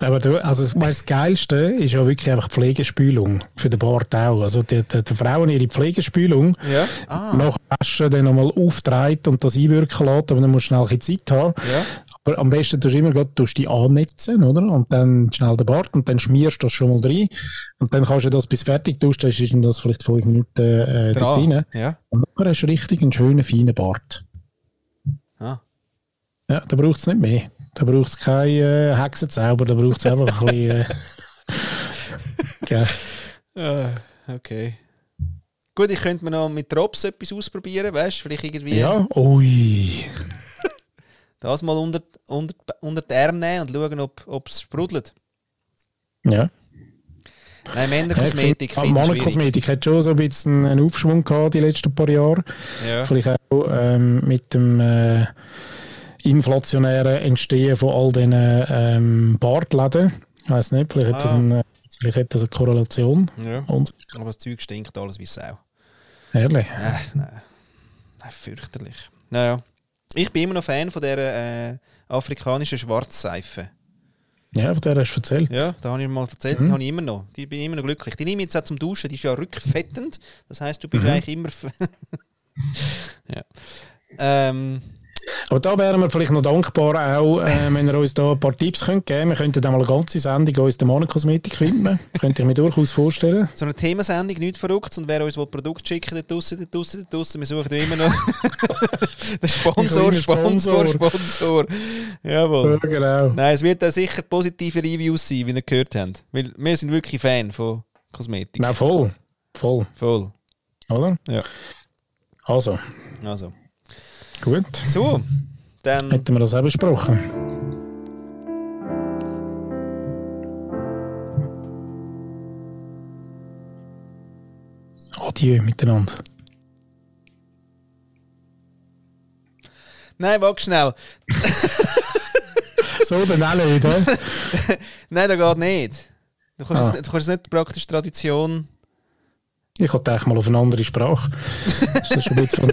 [SPEAKER 1] Aber du, also, ich meine, das Geilste ist ja wirklich einfach die Pflegespülung. Für den Bart auch. Also, die, die, die Frauen ihre Pflegespülung.
[SPEAKER 2] Ja. Ah,
[SPEAKER 1] Nach Waschen dann nochmal auftreibt und das einwirken lässt, aber dann musst du schnell ein bisschen Zeit haben.
[SPEAKER 2] Ja.
[SPEAKER 1] Aber am besten tust du immer gerade tust du die annetzen, oder? Und dann schnell den Bart und dann schmierst du das schon mal rein. Und dann kannst du das bis fertig tust, dann ist das vielleicht fünf Minuten äh, dort
[SPEAKER 2] dran.
[SPEAKER 1] rein.
[SPEAKER 2] Ja.
[SPEAKER 1] Und dann hast du richtig einen schönen, feinen Bart.
[SPEAKER 2] Ah.
[SPEAKER 1] Ja, da braucht es nicht mehr. Da braucht es keine äh, Hexenzauber, da braucht es einfach ein
[SPEAKER 2] <laughs>
[SPEAKER 1] bisschen. Äh, gell.
[SPEAKER 2] Ah, okay. Gut, ich könnte mir noch mit Drops etwas ausprobieren, weißt du? Vielleicht irgendwie.
[SPEAKER 1] ja, ui.
[SPEAKER 2] das mal unter, unter, unter die Arme nehmen und schauen, ob es sprudelt.
[SPEAKER 1] Ja.
[SPEAKER 2] Nein, Männerkosmetik
[SPEAKER 1] Ja, ich finde,
[SPEAKER 2] finde ich
[SPEAKER 1] Männer-
[SPEAKER 2] schwierig.
[SPEAKER 1] Kosmetik hat schon so ein bisschen einen Aufschwung gehabt die letzten paar Jahre.
[SPEAKER 2] Ja.
[SPEAKER 1] Vielleicht auch ähm, mit dem äh, inflationären Entstehen von all diesen ähm, Bartläden. Ich weiß nicht, vielleicht, hat das
[SPEAKER 2] Ah.
[SPEAKER 1] eine, vielleicht hat das eine Korrelation.
[SPEAKER 2] Ja.
[SPEAKER 1] Und,
[SPEAKER 2] Aber das Zeug stinkt alles wie Sau.
[SPEAKER 1] ehrlich.
[SPEAKER 2] Äh, nein. nein, fürchterlich. Naja. Ich bin immer noch Fan von dieser äh, afrikanischen Schwarzseife.
[SPEAKER 1] Ja, von der hast du erzählt.
[SPEAKER 2] Ja, da habe ich mal erzählt, die habe ich immer noch. Die bin ich immer noch glücklich. Die nehme ich jetzt auch zum Duschen, die ist ja rückfettend. Das heisst, du bist eigentlich immer... f- <laughs> ja. Ähm,
[SPEAKER 1] Aber da wären wir vielleicht noch dankbar, auch äh, <laughs> wenn ihr uns da ein paar Tipps könnt geben könnt. Wir könnten dann mal eine ganze Sendung uns der Mannenkosmetik widmen. <laughs> könnte ich mir durchaus vorstellen.
[SPEAKER 2] so eine Themensendung, nichts verrückt. Und wer uns will Produkte schicken, dort draussen, dort draussen, dort draussen, wir suchen da immer noch <laughs> den Sponsor,
[SPEAKER 1] Ich will einen Sponsor.
[SPEAKER 2] Sponsor,
[SPEAKER 1] Eh.
[SPEAKER 2] Sponsor. Nou,
[SPEAKER 1] Ja,
[SPEAKER 2] Jawohl.
[SPEAKER 1] genau.
[SPEAKER 2] Nein, es wird dann sicher positive Reviews sein, wie ihr gehört habt. Weil wir sind wirklich Fan von Kosmetik.
[SPEAKER 1] Nein, voll. Voll,
[SPEAKER 2] Voll.
[SPEAKER 1] oder?
[SPEAKER 2] Ja.
[SPEAKER 1] Also,
[SPEAKER 2] Also.
[SPEAKER 1] gut.
[SPEAKER 2] So, dann
[SPEAKER 1] Hätten wir das auch besprochen. Adieu miteinander.
[SPEAKER 2] Nein, wach schnell.
[SPEAKER 1] So dann auch nicht, hä?
[SPEAKER 2] Nein, das geht nicht. Du kannst,
[SPEAKER 1] Ah.
[SPEAKER 2] es, nicht- du kannst es nicht
[SPEAKER 1] <laughs>
[SPEAKER 2] praktisch Tradition.
[SPEAKER 1] Ich hatte eigentlich mal auf eine andere Sprache. Das ist schon ein bisschen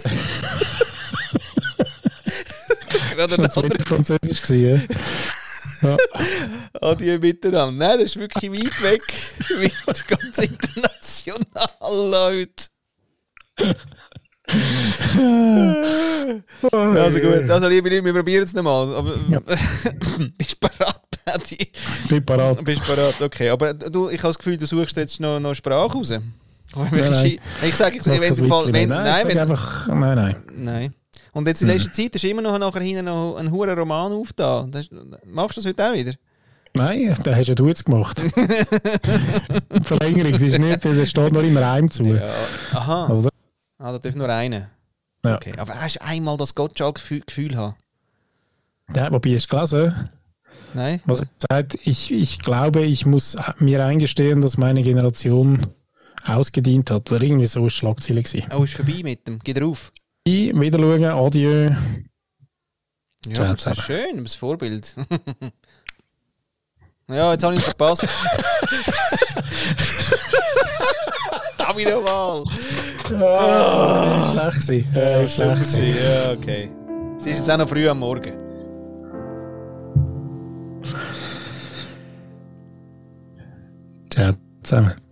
[SPEAKER 1] Französisch,
[SPEAKER 2] Gerade
[SPEAKER 1] das ist ein bisschen Französisch gewesen,
[SPEAKER 2] <laughs>
[SPEAKER 1] hä? ja.
[SPEAKER 2] Adieu miteinander. Nein, das ist wirklich weit weg.
[SPEAKER 1] <laughs>
[SPEAKER 2] Wird ganz international, Leute. Also gut, also liebe Leute, wir probieren es nochmal. Aber,
[SPEAKER 1] Ja.
[SPEAKER 2] <laughs> bist du bereit, Paddy?
[SPEAKER 1] Ich bin parat.
[SPEAKER 2] Bist du bereit? Okay, aber du, ich habe das Gefühl, du suchst jetzt noch, noch Sprache raus.
[SPEAKER 1] Nein, nein.
[SPEAKER 2] Ich sage,
[SPEAKER 1] Sag
[SPEAKER 2] ich sage, wenn
[SPEAKER 1] das
[SPEAKER 2] im Fall,
[SPEAKER 1] Witzli
[SPEAKER 2] wenn,
[SPEAKER 1] nicht. nein,
[SPEAKER 2] nein,
[SPEAKER 1] sag
[SPEAKER 2] wenn,
[SPEAKER 1] einfach, nein, nein.
[SPEAKER 2] nein. Und jetzt in letzter Zeit ist immer noch nachher hinten noch ein hure Roman aufgetan. Das, ist- machst du das heute auch wieder?
[SPEAKER 1] Nein, den hast ja du jetzt
[SPEAKER 2] <laughs>
[SPEAKER 1] gemacht. Die Verlängerung, das ist nicht, das steht nur im Reim zu.
[SPEAKER 2] Aha,
[SPEAKER 1] Oder?
[SPEAKER 2] ah, da darf nur einer.
[SPEAKER 1] Ja.
[SPEAKER 2] Okay. Aber hast du einmal das Gottschalk-Gefühl haben?
[SPEAKER 1] Ja, wobei, hast du gelesen?
[SPEAKER 2] Nein?
[SPEAKER 1] Was er sagt, ich, ich glaube, ich muss mir eingestehen, dass meine Generation ausgedient hat. Oder irgendwie so war die Schlagzeile. gewesen.
[SPEAKER 2] Oh, ist vorbei mit dem. Geh drauf.
[SPEAKER 1] Ich wieder schauen, adieu.
[SPEAKER 2] Ja, aber das ist schön, aber das Vorbild. <laughs> ja, jetzt habe ich es <laughs> verpasst. Darf ich nochmal?
[SPEAKER 1] Ah. Schlecht war. Äh, schlecht war.
[SPEAKER 2] Ja, okay. Es ist jetzt auch noch früh am Morgen.
[SPEAKER 1] Ciao zusammen.